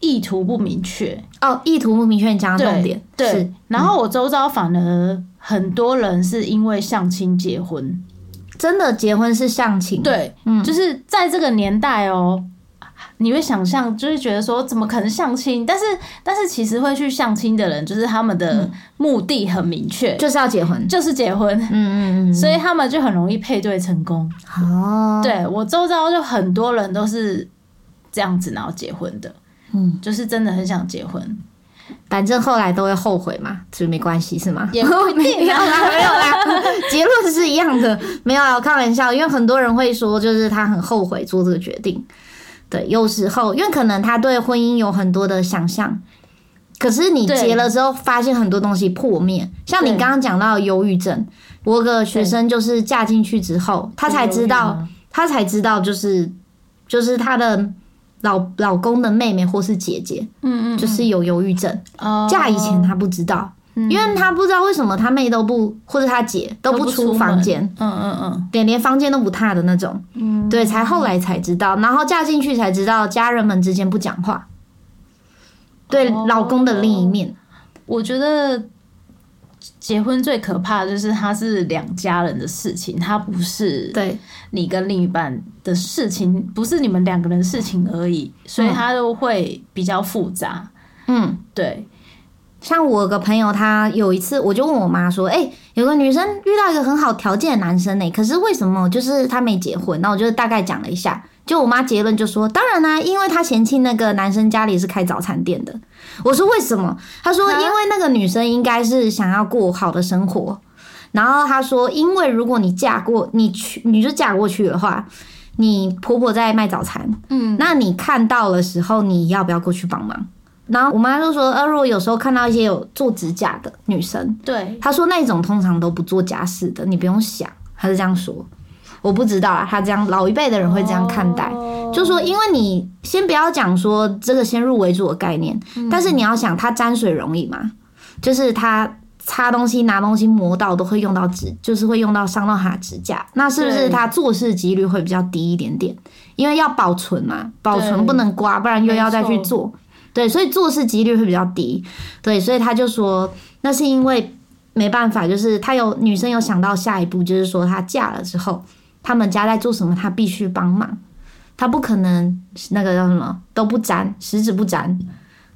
意图不明确。哦，意图不明确，你讲到对重点，是对，然后我周遭反而很多人是因为相亲结婚，真的结婚是相亲，对，嗯就是在这个年代哦、你会想象，就是觉得说，怎么可能相亲？但是，但是其实会去相亲的人，就是他们的嗯目的很明确，就是要结婚，就是结婚，嗯嗯嗯所以他们就很容易配对成功。嗯，哦，对我周遭就很多人都是这样子，然后结婚的，嗯，就是真的很想结婚，反正后来都会后悔嘛，所以没关系是吗？ [laughs] 也不一没定有啊。啦， [laughs] 没有啦，结论是一样的，没有啦，我开玩笑，因为很多人会说，就是他很后悔做这个决定。对，有时候因为可能他对婚姻有很多的想象，可是你对结了之后，发现很多东西破灭。像你对刚刚讲到的忧郁症，我有个学生就是嫁进去之后，她才知道，她才知道就是就是她的老老公的妹妹或是姐姐，嗯嗯，就是有忧郁症。哦嫁以前她不知道。嗯因为他不知道为什么他妹都不或者他姐都不出房间，嗯嗯嗯，对，连房间都不踏的那种，嗯，对，才后来才知道，然后嫁进去才知道家人们之间不讲话，对，哦老公的另一面，我觉得结婚最可怕的就是它是两家人的事情，它不是对，你跟另一半的事情，不是你们两个人的事情而已，所以嗯它就会比较复杂。嗯，对，像我有个朋友，他有一次我就问我妈说：“哎、有个女生遇到一个很好条件的男生呢、可是为什么就是他没结婚？”那我就大概讲了一下，就我妈结论就说：“当然啦、啊因为他嫌弃那个男生家里是开早餐店的。”我说：“为什么？”她说：“因啊为那个女生应该是想要过好的生活。”然后她说：“因为如果你嫁过你去，你就嫁过去的话，你婆婆在卖早餐，嗯，那你看到的时候，你要不要过去帮忙？然后我妈就说，呃，如果有时候看到一些有做指甲的女生，对，她说那种通常都不做家事的，你不用想，她是这样说。我不知道啊，她这样老一辈的人会这样看待，哦就说因为你先不要讲说这个先入为主的概念，嗯但是你要想它沾水容易嘛，就是它。擦东西、拿东西、磨到都会用到指，就是会用到伤到她指甲。那是不是对她做事几率会比较低一点点？因为要保存嘛，保存对不能刮，不然又要再去没错做。对，所以做事几率会比较低。对，所以他就说，那是因为没办法，就是他有女生有想到下一步，就是说她嫁了之后，他们家在做什么，她必须帮忙，她不可能那个叫什么都不沾，十指不沾，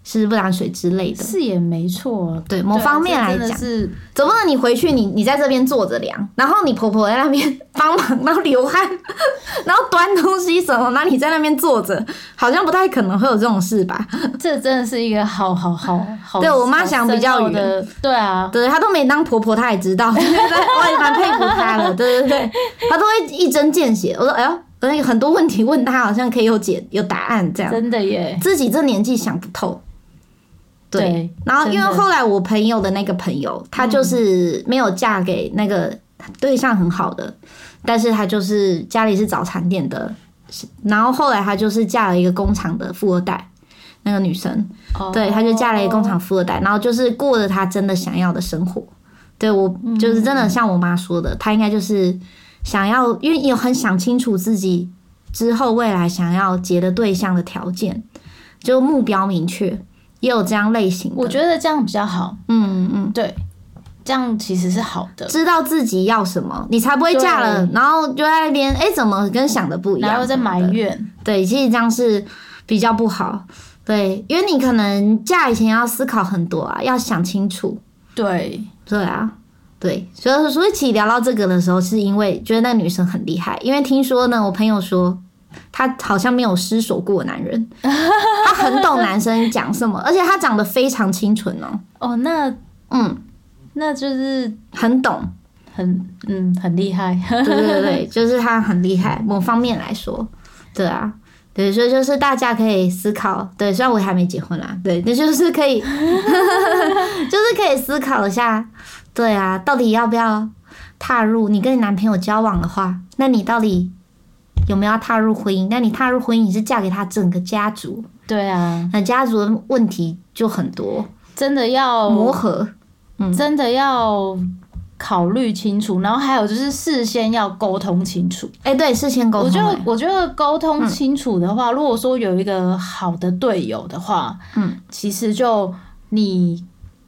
十指不沾水之类的。是也没错。对，某对啊方面来这真讲的，是 [laughs] 总不能你回去你你在这边坐着量，然后你婆婆在那边 [laughs] 帮忙，然后流汗，然后端东西什么，那你在那边坐着，好像不太可能会有这种事吧？这真的是一个好好好好，对我妈想比较好远深奥的，对啊，对，她都没当婆婆，她也知 [laughs] 道，对对对，我也蛮佩服她的，对对对，她都会一针见血。我说，哎呦，哎很多问题问她，好像可以有解有答案这样，真的耶，自己这年纪想不透。对，对然后因为真的嗯后来我朋友的那个朋友，她就是没有嫁给那个对象很好的，但是她就是家里是早餐店的，是然后后来她就是嫁了一个工厂的富二代，那个女生，哦对，她就嫁了一个工厂富二代，然后就是过着她真的想要的生活。对我嗯就是真的像我妈说的，她应该就是想要，因为有很想清楚自己之后未来想要结的对象的条件，就目标明确，也有这样类型的。我觉得这样比较好，嗯嗯，对，这样其实是好的，知道自己要什么，你才不会嫁了，然后就在那边，哎、怎么跟想的不一样？然后再埋什么的。怨，对，其实这样是比较不好。对，因为你可能嫁以前要思考很多啊，要想清楚。对，对啊，对，所以所以其实聊到这个的时候，是因为觉得那女生很厉害，因为听说呢，我朋友说。她好像没有失手过男人，她很懂男生讲什么，而且她讲的非常清纯哦，哦，那嗯，那就是很懂，很嗯很厉害， [laughs] 对对对，就是他很厉害，某方面来说，对啊，对，所以就是大家可以思考，对，虽然我还没结婚啦，对，那就是可以， [laughs] 就是可以思考一下，对啊，到底要不要踏入你跟你男朋友交往的话，那你到底有没有要踏入婚姻？那你踏入婚姻，你是嫁给他整个家族， [laughs] 对啊，那家族的问题就很多，真的要嗯磨合，嗯真的要考虑清楚，然后还有就是事先要沟通清楚。哎、对，事先沟我通、嗯觉得哎，我觉得沟通清楚的话，如果说有一个好的队友的话，嗯，其实就你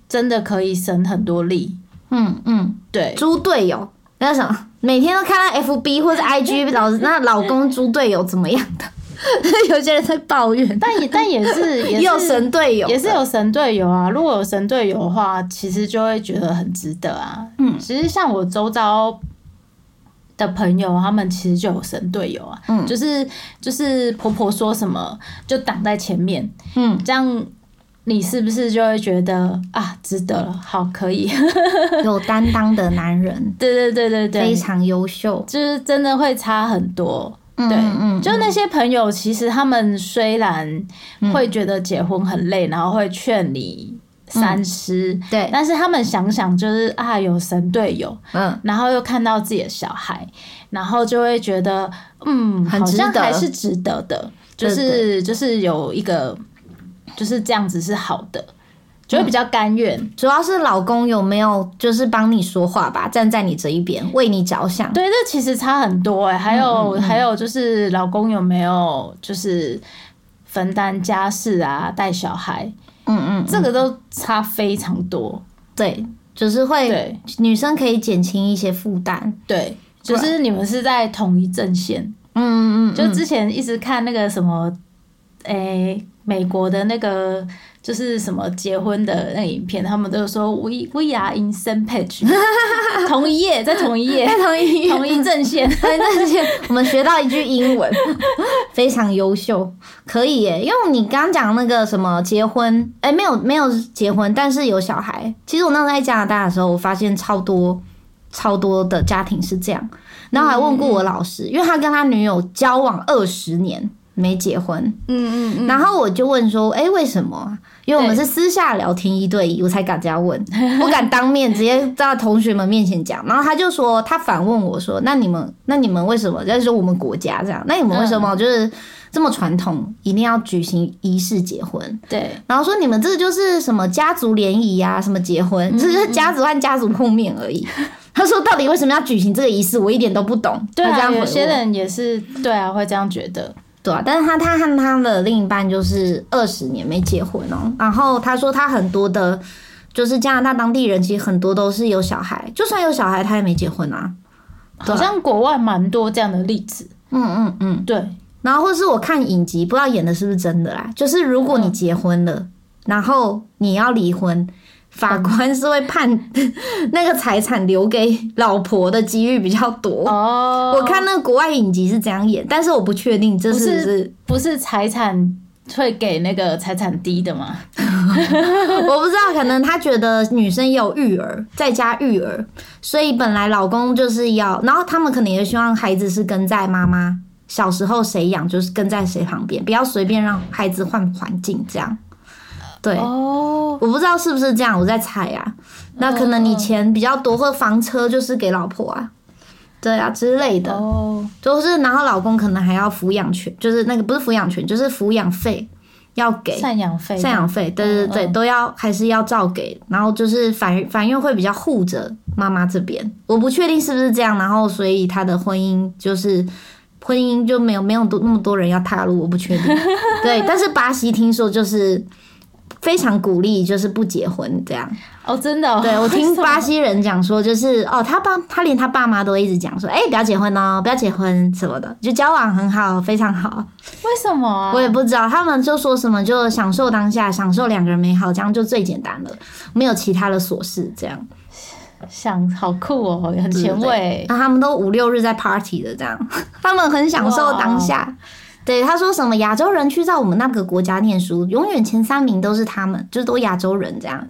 真的可以省很多力。嗯嗯。对，猪队友，那叫什么？每天都看到 FB 或者 IG 老那老公猪队友怎么样的？ [laughs] 有些人在抱怨， [laughs] 但也但也是也也有是神队友的，也是有神队友啊。如果有神队友的话，其实就会觉得很值得啊。嗯其实像我周遭的朋友，他们其实就有神队友啊。嗯就是就是婆婆说什么就挡在前面，嗯，这样你是不是就会觉得啊，值得了，好，可以。 [laughs] 有担当的男人，对对对对非对，常优秀。就是真的会差很多。对对，嗯，就那些朋友，其实他们虽然会觉得结婚很累，然后会劝你三思，嗯对，但是他们想想就是啊，有神队友，嗯，然后又看到自己的小孩，然后就会觉得嗯，很好像值得还是值得的，就对是就是有一个就是这样子是好的，就会比较甘愿。主要是老公有没有就是帮你说话吧，站在你这一边，为你着想。对，这其实差很多哎、还有、嗯还有就是老公有没有就是分担家事啊，带小孩，嗯嗯，这个都差非常多。对，就是会对女生可以减轻一些负担。对，就是你们是在同一阵线。嗯嗯嗯，就之前一直看那个什么，诶、美国的那个就是什么结婚的那个影片，他们都说 we we are in same page，同一页，在同一 [laughs] 页，在同一同一阵线。对，那些我们学到一句英文， [laughs] 非常优秀，可以耶。因为你刚刚讲那个什么结婚，哎、没有没有结婚，但是有小孩。其实我那时候在加拿大的时候，我发现超多超多的家庭是这样。然后还问过我老师，因为他跟他女友交往二十年没结婚，嗯嗯嗯，然后我就问说，哎、为什么啊？因为我们是私下聊天一对一，我才敢这样 [laughs] 问，不敢当面直接在同学们面前讲。然后他就说，他反问我说，那你们，那你们为什么？就是说我们国家这样，那你们为什嗯么就是这么传统，一定要举行仪式结婚？对，然后说你们这就是什么家族联谊呀，什么结婚，嗯只是家族和家族碰面而已。他说到底为什么要举行这个仪式，我一点都不懂。对他这啊，样回有我些人也是对啊，会这样觉得。对啊，但是他他和他的另一半就是二十年没结婚哦。然后他说他很多的，就是加拿大当地人，其实很多都是有小孩，就算有小孩，他也没结婚啊。对好像国外蛮多这样的例子，嗯嗯嗯。对，然后或是我看影集，不知道演的是不是真的啦。就是如果你结婚了，然后你要离婚，法官是会判 [laughs] 那个财产留给老婆的几率比较多。哦，我看那个国外影集是这样演，但是我不确定这是不不是不是财产会给那个财产低的吗？ [laughs] 我不知道，可能他觉得女生也有育儿，在家育儿，所以本来老公就是要，然后他们可能也希望孩子是跟在妈妈小时候谁养，就是跟在谁旁边，不要随便让孩子换环境这样。对，哦，我不知道是不是这样，我在猜啊。那可能你钱比较多，或房车就是给老婆啊，对啊之类的，哦，就是然后老公可能还要抚养权，就是那个不是抚养权，就是抚养费要给。赡养费，赡养费，对对对，都要还是要照给，然后就是法法院会比较护着妈妈这边，我不确定是不是这样，然后所以她的婚姻就是婚姻就没有没有多那么多人要踏入，我不确定。对，但是巴西听说就是非常鼓励，就是不结婚这样。哦，真的、哦， [laughs] 对我听巴西人讲说，就是哦，他爸他连他爸妈都一直讲说，哎、不要结婚哦，不要结婚什么的，就交往很好，非常好。为什么啊？我也不知道，他们就说什么就享受当下，享受两个人美好，这样就最简单了，没有其他的琐事。这样，想好酷哦，很对前对卫。那他们都五六日在 party 的这样， [laughs] 他们很享受当下。对，他说什么亚洲人去到我们那个国家念书，永远前三名都是他们，就是都亚洲人这样，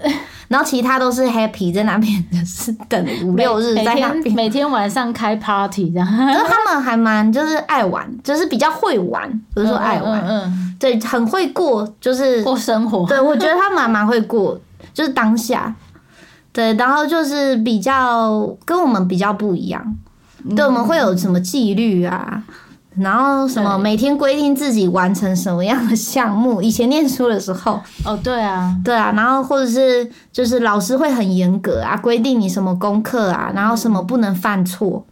然后其他都是 happy 在那边，就是等五六日每在那天边。每天晚上开 party 这样，就是他们还蛮就是爱玩，就是比较会玩，不是说爱玩，嗯嗯对，很会过，就是嗯过生活。 [laughs] 对，我觉得他蛮蛮会过，就是当下。对，然后就是比较跟我们比较不一样，嗯对，我们会有什么纪律啊，然后什么对每天规定自己完成什么样的项目。以前念书的时候，哦，对啊，对啊，然后或者是就是老师会很严格啊，规定你什么功课啊，然后什么不能犯错，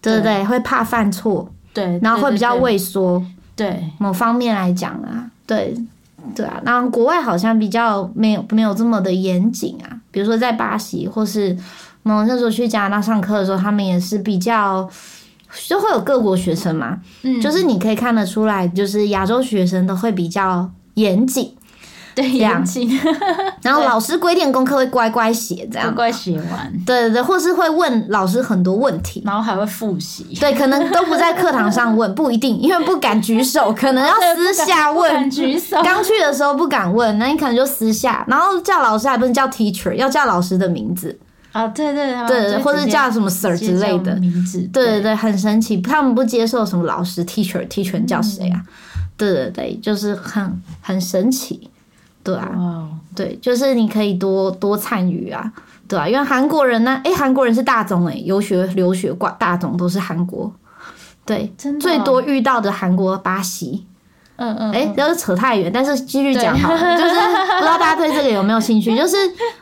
对对对，会怕犯错，对，然后会比较对畏缩。对对某方面来讲啊，对对啊，那国外好像比较没有没有这么的严谨啊，比如说在巴西或是我们那时候去加拿大上课的时候，他们也是比较。就会有各国学生嘛，嗯就是你可以看得出来，就是亚洲学生都会比较严谨，对这样严谨，然后老师规定功课会乖乖写这乖样，乖写完，对对对，或是会问老师很多问题，然后还会复习，对，可能都不在课堂上问，不一定，因为不敢举手，可能要私下不问敢，举手，刚去的时候不敢问，那你可能就私下，然后叫老师还不能叫 teacher，要叫老师的名字，啊，对对对对，或者叫什么直 sir 接之类叫的，名字，对对对，很神奇，他们不接受什么老师 teacher teacher 嗯叫谁啊？对对对，就是很很神奇，对啊，哇哦，对，就是你可以多多参与啊，对啊，因为韩国人呢，诶，韩国人是大众诶，游学留学挂大众都是韩国，对，真的最哦多遇到的韩国巴西。嗯嗯，哎、哎，不要扯太远，但是继续讲对好了。就是不知道大家对这个有没有兴趣？就是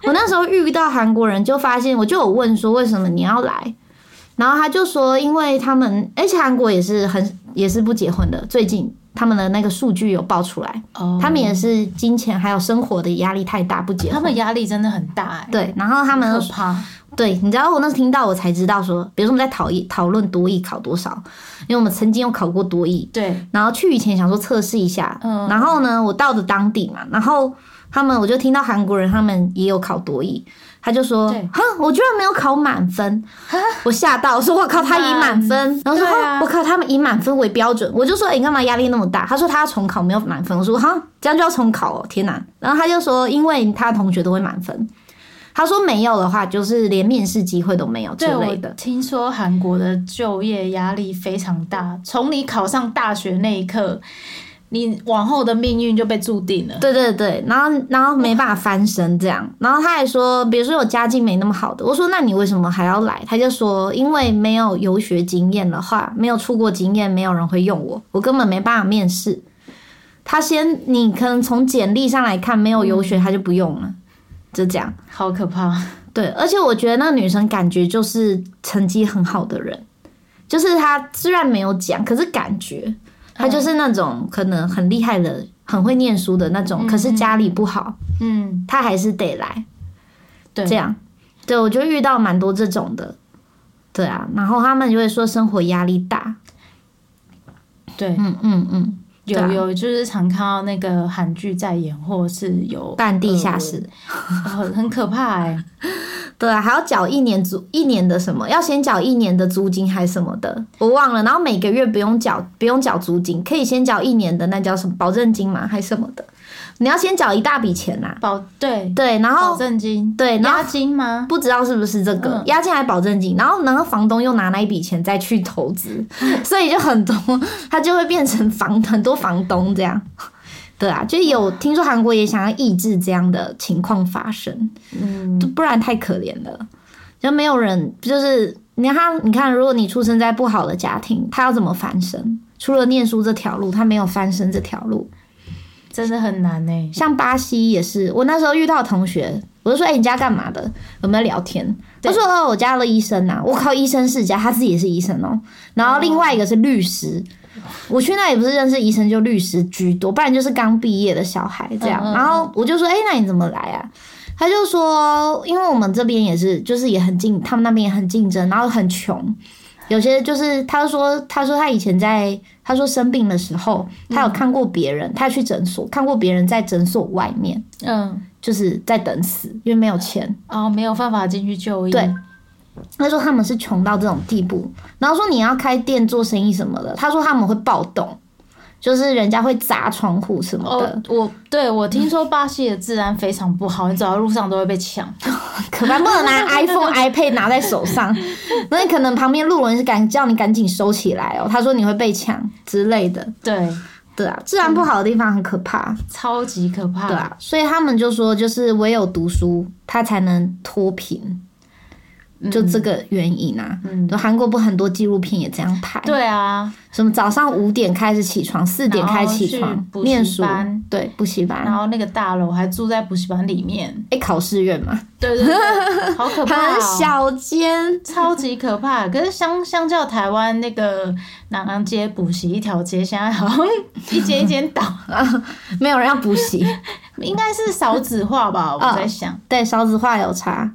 我那时候遇到韩国人，就发现我就有问说为什么你要来，然后他就说因为他们，而且韩国也是很也是不结婚的，最近他们的那个数据有报出来，哦他们也是金钱还有生活的压力太大不结他婚。们压力真的很大、欸，对，然后他们很可怕。对，你知道我那时听到我才知道说，比如说我们在讨议讨论多艺考多少，因为我们曾经有考过多艺，对，然后去以前想说测试一下，嗯然后呢，我到的当地嘛，然后他们我就听到韩国人他们也有考多艺，他就说对，哈，我居然没有考满 [laughs] 分，我吓到，我说我靠，他以满分，然后说对啊哈，我靠，他们以满分为标准，我就说、哎你干嘛压力那么大？他说他要重考没有满分，我说哈，这样就要重考哦，天哪！然后他就说，因为他同学都会满分。他说没有的话，就是连面试机会都没有之对我类的。听说韩国的就业压力非常大，从你考上大学那一刻，你往后的命运就被注定了。对对对，然后然后没办法翻身这样，然后他还说，比如说有家境没那么好的，我说那你为什么还要来？他就说因为没有游学经验的话，没有出国经验，没有人会用我，我根本没办法面试。他先，你可能从简历上来看，没有游学他就不用了，就这样。好可怕！对，而且我觉得那个女生感觉就是成绩很好的人，就是她虽然没有讲，可是感觉她嗯就是那种可能很厉害的、很会念书的那种，可是家里不好，嗯，她还是得来对，这样。对，我就遇到蛮多这种的。对啊，然后他们就会说生活压力大。对，嗯嗯嗯，有对啊有，就是常看到那个韩剧在演，或是有半地呃下室。很、很可怕哎、对啊，还要缴一年租一年的什么，要先缴一年的租金还是什么的，我忘了。然后每个月不用缴，不用缴租金，可以先缴一年的那叫什么保证金嘛，还是什么的。你要先缴一大笔钱呐、啊保对对，然保后证金对，然后押金嗯吗？不知道是不是这个押金还保证金，然后然后房东又拿那一笔钱再去投资，嗯所以就很多，他就会变成房很多房东这样。对啊，就有听说韩国也想要抑制这样的情况发生。嗯，就不然太可怜了，就没有人就是你看他，你看，如果你出生在不好的家庭，他要怎么翻身？除了念书这条路，他没有翻身这条路。真的很难哎、像巴西也是，我那时候遇到同学，我就说：“哎、你家干嘛的？有没有聊天？”他说：“哦，我家的医生呐、我靠，医生世家，他自己也是医生哦、然后另外一个是律师，我去那也不是认识医生，就律师居多，不然就是刚毕业的小孩这样。嗯嗯嗯然后我就说：“哎、那你怎么来啊？”他就说：“因为我们这边也是，就是也很竞，他们那边也很竞争，然后很穷。”有些就是，他就说，他说他以前在，他说生病的时候，他有看过别人，他去诊所看过别人在诊所外面，嗯，就是在等死，因为没有钱。哦，没有办法进去就医。对，他说他们是穷到这种地步，然后说你要开店做生意什么的，他说他们会暴动，就是人家会砸窗户什么的，哦，我对我听说巴西的治安非常不好，你走到路上都会被抢。可能不能拿 iPhone、iPad 拿在手上，那你可能旁边路人是赶叫你赶紧收起来哦，他说你会被抢之类的。对，对啊，治安不好的地方很可怕。超级可怕。对啊，所以他们就说，就是唯有读书，他才能脱贫，就这个原因啊。嗯，韩国不很多纪录片也这样拍，对啊，什么早上五点开始起床，四点开始起然后床去补习念书班，对，补习然班，后那个大楼还住在补习班里面，哎，考试院嘛，对对对，好可怕、很哦，小间，超级可怕。可是相相较台湾那个南安街补习一条街，现在好像一间一间 [laughs] 倒，没有人要补 [laughs] 习。应该是少子化吧？嗯我在想，对，少子化有差，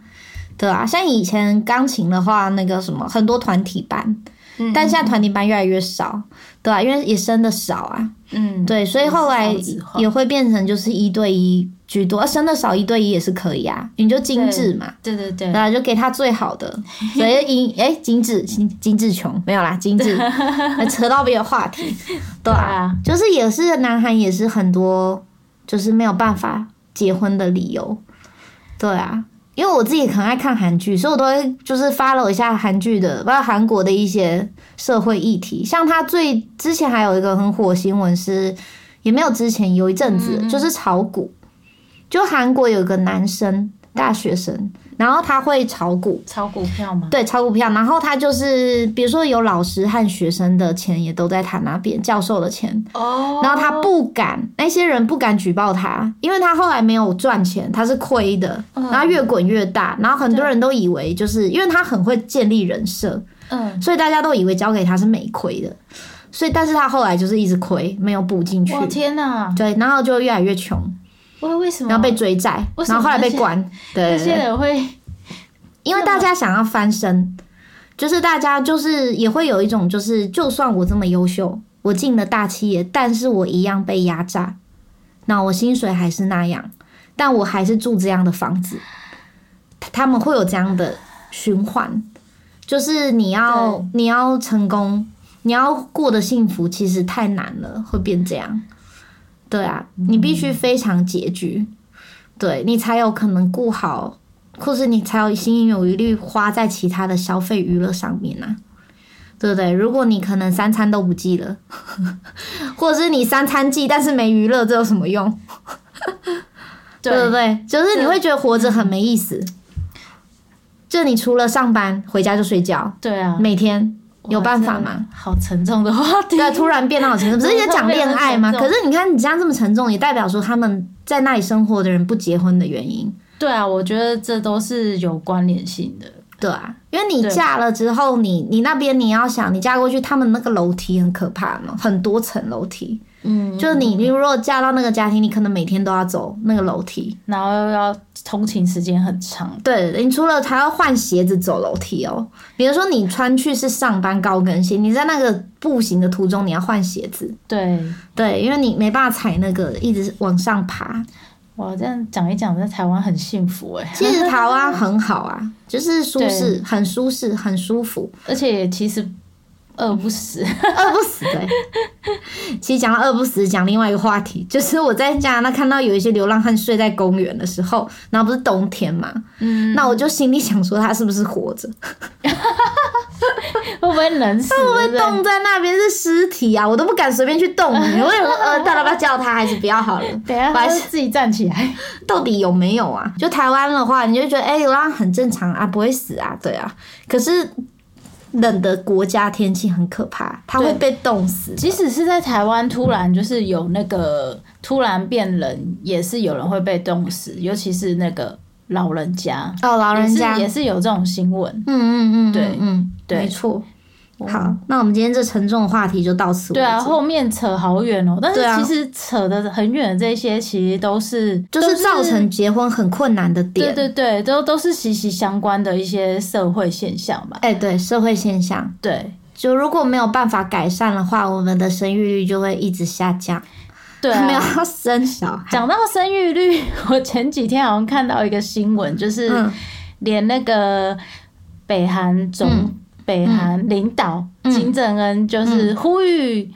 对啊，像以前钢琴的话，那个什么很多团体班，嗯但现在团体班越来越少，对啊，因为也生的少啊，嗯，对，所以后来也是少子化也会变成就是一对一居多，啊生的少一对一也是可以啊，你就精致嘛，对对对对，啊，就给他最好的，所以 [laughs] 因哎、精致精精致穷没有啦，精致 [laughs] 还扯到别的话 [laughs] 题，对对啊啊，就是也是南韩也是很多就是没有办法结婚的理由，对啊。因为我自己很爱看韩剧，所以我都会就是 follow 一下韩剧的，包括韩国的一些社会议题。像他最之前还有一个很火的新闻是，也没有之前有一阵子、就是炒股，就韩国有个男生大学生，然后他会炒股，炒股票嘛，对，炒股票，然后他就是比如说有老师和学生的钱也都在他那边，教授的钱，哦，然后他不敢，那些人不敢举报他，因为他后来没有赚钱，他是亏的，嗯然后越滚越大，然后很多人都以为就是因为他很会建立人设，嗯，所以大家都以为交给他是没亏的，所以但是他后来就是一直亏，没有补进去，哇天哪！对，然后就越来越穷，为为什么？然后被追债，为什然么后后来被那些关，对那对些对，人会因为大家想要翻身，就是大家就是也会有一种就是，就算我这么优秀，我进了大企业，但是我一样被压榨，那我薪水还是那样，但我还是住这样的房子，他们会有这样的循环，就是你要对你要成功，你要过得幸福，其实太难了，会变这样。对啊，你必须非常拮据，对你才有可能顾好，或是你才有心有余力花在其他的消费娱乐上面啊。对不对？如果你可能三餐都不记了， [laughs] 或者是你三餐记但是没娱乐，这有什么用？对不对？就是你会觉得活着很没意思。就你除了上班，回家就睡觉，对啊，每天有办法吗？吗？好沉重的话题。对，啊突然变到沉重，不是在讲恋爱吗？突然变得很沉重可是你看你这样这么沉重，也代表说他们在那里生活的人不结婚的原因，对啊，我觉得这都是有关联性的。对啊，因为你嫁了之后，你你那边你要想，你嫁过去，他们那个楼梯很可怕嘛，很多层楼梯，嗯，就是你你如果嫁到那个家庭，你可能每天都要走那个楼梯，然后又要通勤时间很长，对你除了还要换鞋子走楼梯哦，比如说你穿去是上班高跟鞋，你在那个步行的途中你要换鞋子，对，对，因为你没办法踩那个一直往上爬，哇，这样讲一讲，在台湾很幸福哎、其实台湾很好啊，就是舒适，很舒适，很舒服，而且也其实饿不死。 [laughs] 饿不死对。 [laughs] 其实讲到饿不死，讲另外一个话题，就是我在加拿大看到有一些流浪汉睡在公园的时候，然后不是冬天嘛，嗯，那我就心里想说他是不是活着？会不会 [laughs] 冷死？会会不会冻在那边是尸体啊，我都不敢随便去动 [laughs] 你。我有呃，到底要不要叫他，还是不要好了？等一下我还他是就自己站起来。到底有没有啊？就台湾的话，你就觉得哎，流浪很正常啊，不会死啊，对啊。可是冷的国家天气很可怕，它会被冻死。即使是在台湾，突然就是有那个突然变冷，也是有人会被冻死，尤其是那个老人家，哦，老人家，也是也嗯是有这种新闻。嗯嗯，对嗯，对没错。好，那我们今天这沉重的话题就到此为对止。啊，后面扯好远哦、但对啊是其实扯的很远的这些，其实都是就是造。都成结婚很困难的对点。对对，都都是息息相关的一些社会现象吧。哎、对，社会现象，对就如果没有办法改善的话，我们的生育率就会一直下降，对、 [laughs] 没有啊，要生小孩。讲到生育率，我前几天好像看到一个新闻，就是嗯连那个北韩总、嗯北韩领导、嗯金正恩，就是呼吁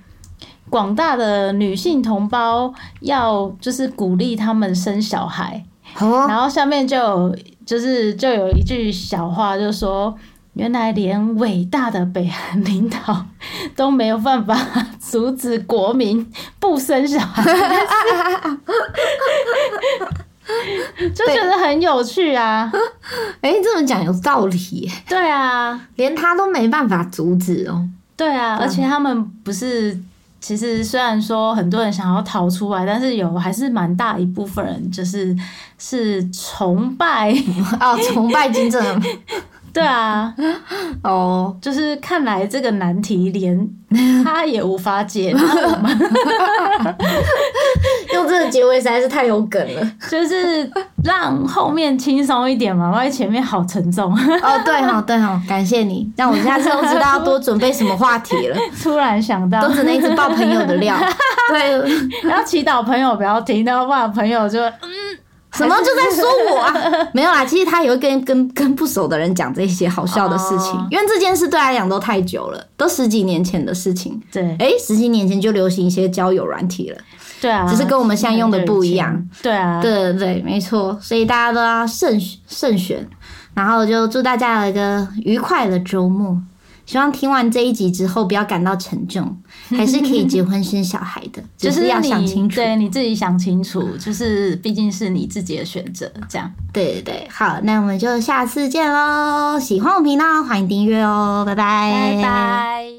广大的女性同胞要就是鼓励他们生小孩，哦，然后下面就有就是就有一句小话，就说。原来连伟大的北韩领导都没有办法阻止国民不生小孩， [laughs] 就觉得很有趣啊！哎、这么讲有道理耶，对啊，连他都没办法阻止哦。对啊，而且他们不是，其实虽然说很多人想要逃出来，但是有还是蛮大一部分人就是是崇拜， [laughs] [laughs] 哦，崇拜金正恩对啊， [laughs] 哦，就是看来这个难题连他也无法解， [laughs] 那我们用这个结尾实在是太有梗了。就是让后面轻松一点嘛，万一前面好沉重， [laughs] [laughs] 哦，对哈、哦，对哈、哦，感谢你，让我下次都知道要多准备什么话题 [laughs] 了，突然想到都。只能一直爆朋友的料。 [laughs] 对，要祈祷朋友不要听到，不然朋友就什么就在说我啊？ [laughs] 没有啦，其实他也会跟跟跟不熟的人讲这些好笑的事情，哦因为这件事对他来讲都太久了，都十几年前的事情。对哎，十几年前就流行一些交友软体了，对啊，只是跟我们现在用的不一样。对啊，对对对，没错，所以大家都要慎慎选，然后就祝大家有一个愉快的周末。希望听完这一集之后不要感到沉重，还是可以结婚生小孩 [laughs] 的，只就是是要想你清楚。对你自己想清楚，就是毕竟是你自己的选择，这样。对对对，好，那我们就下次见喽！喜欢我们频道，欢迎订阅哦，拜拜，拜拜。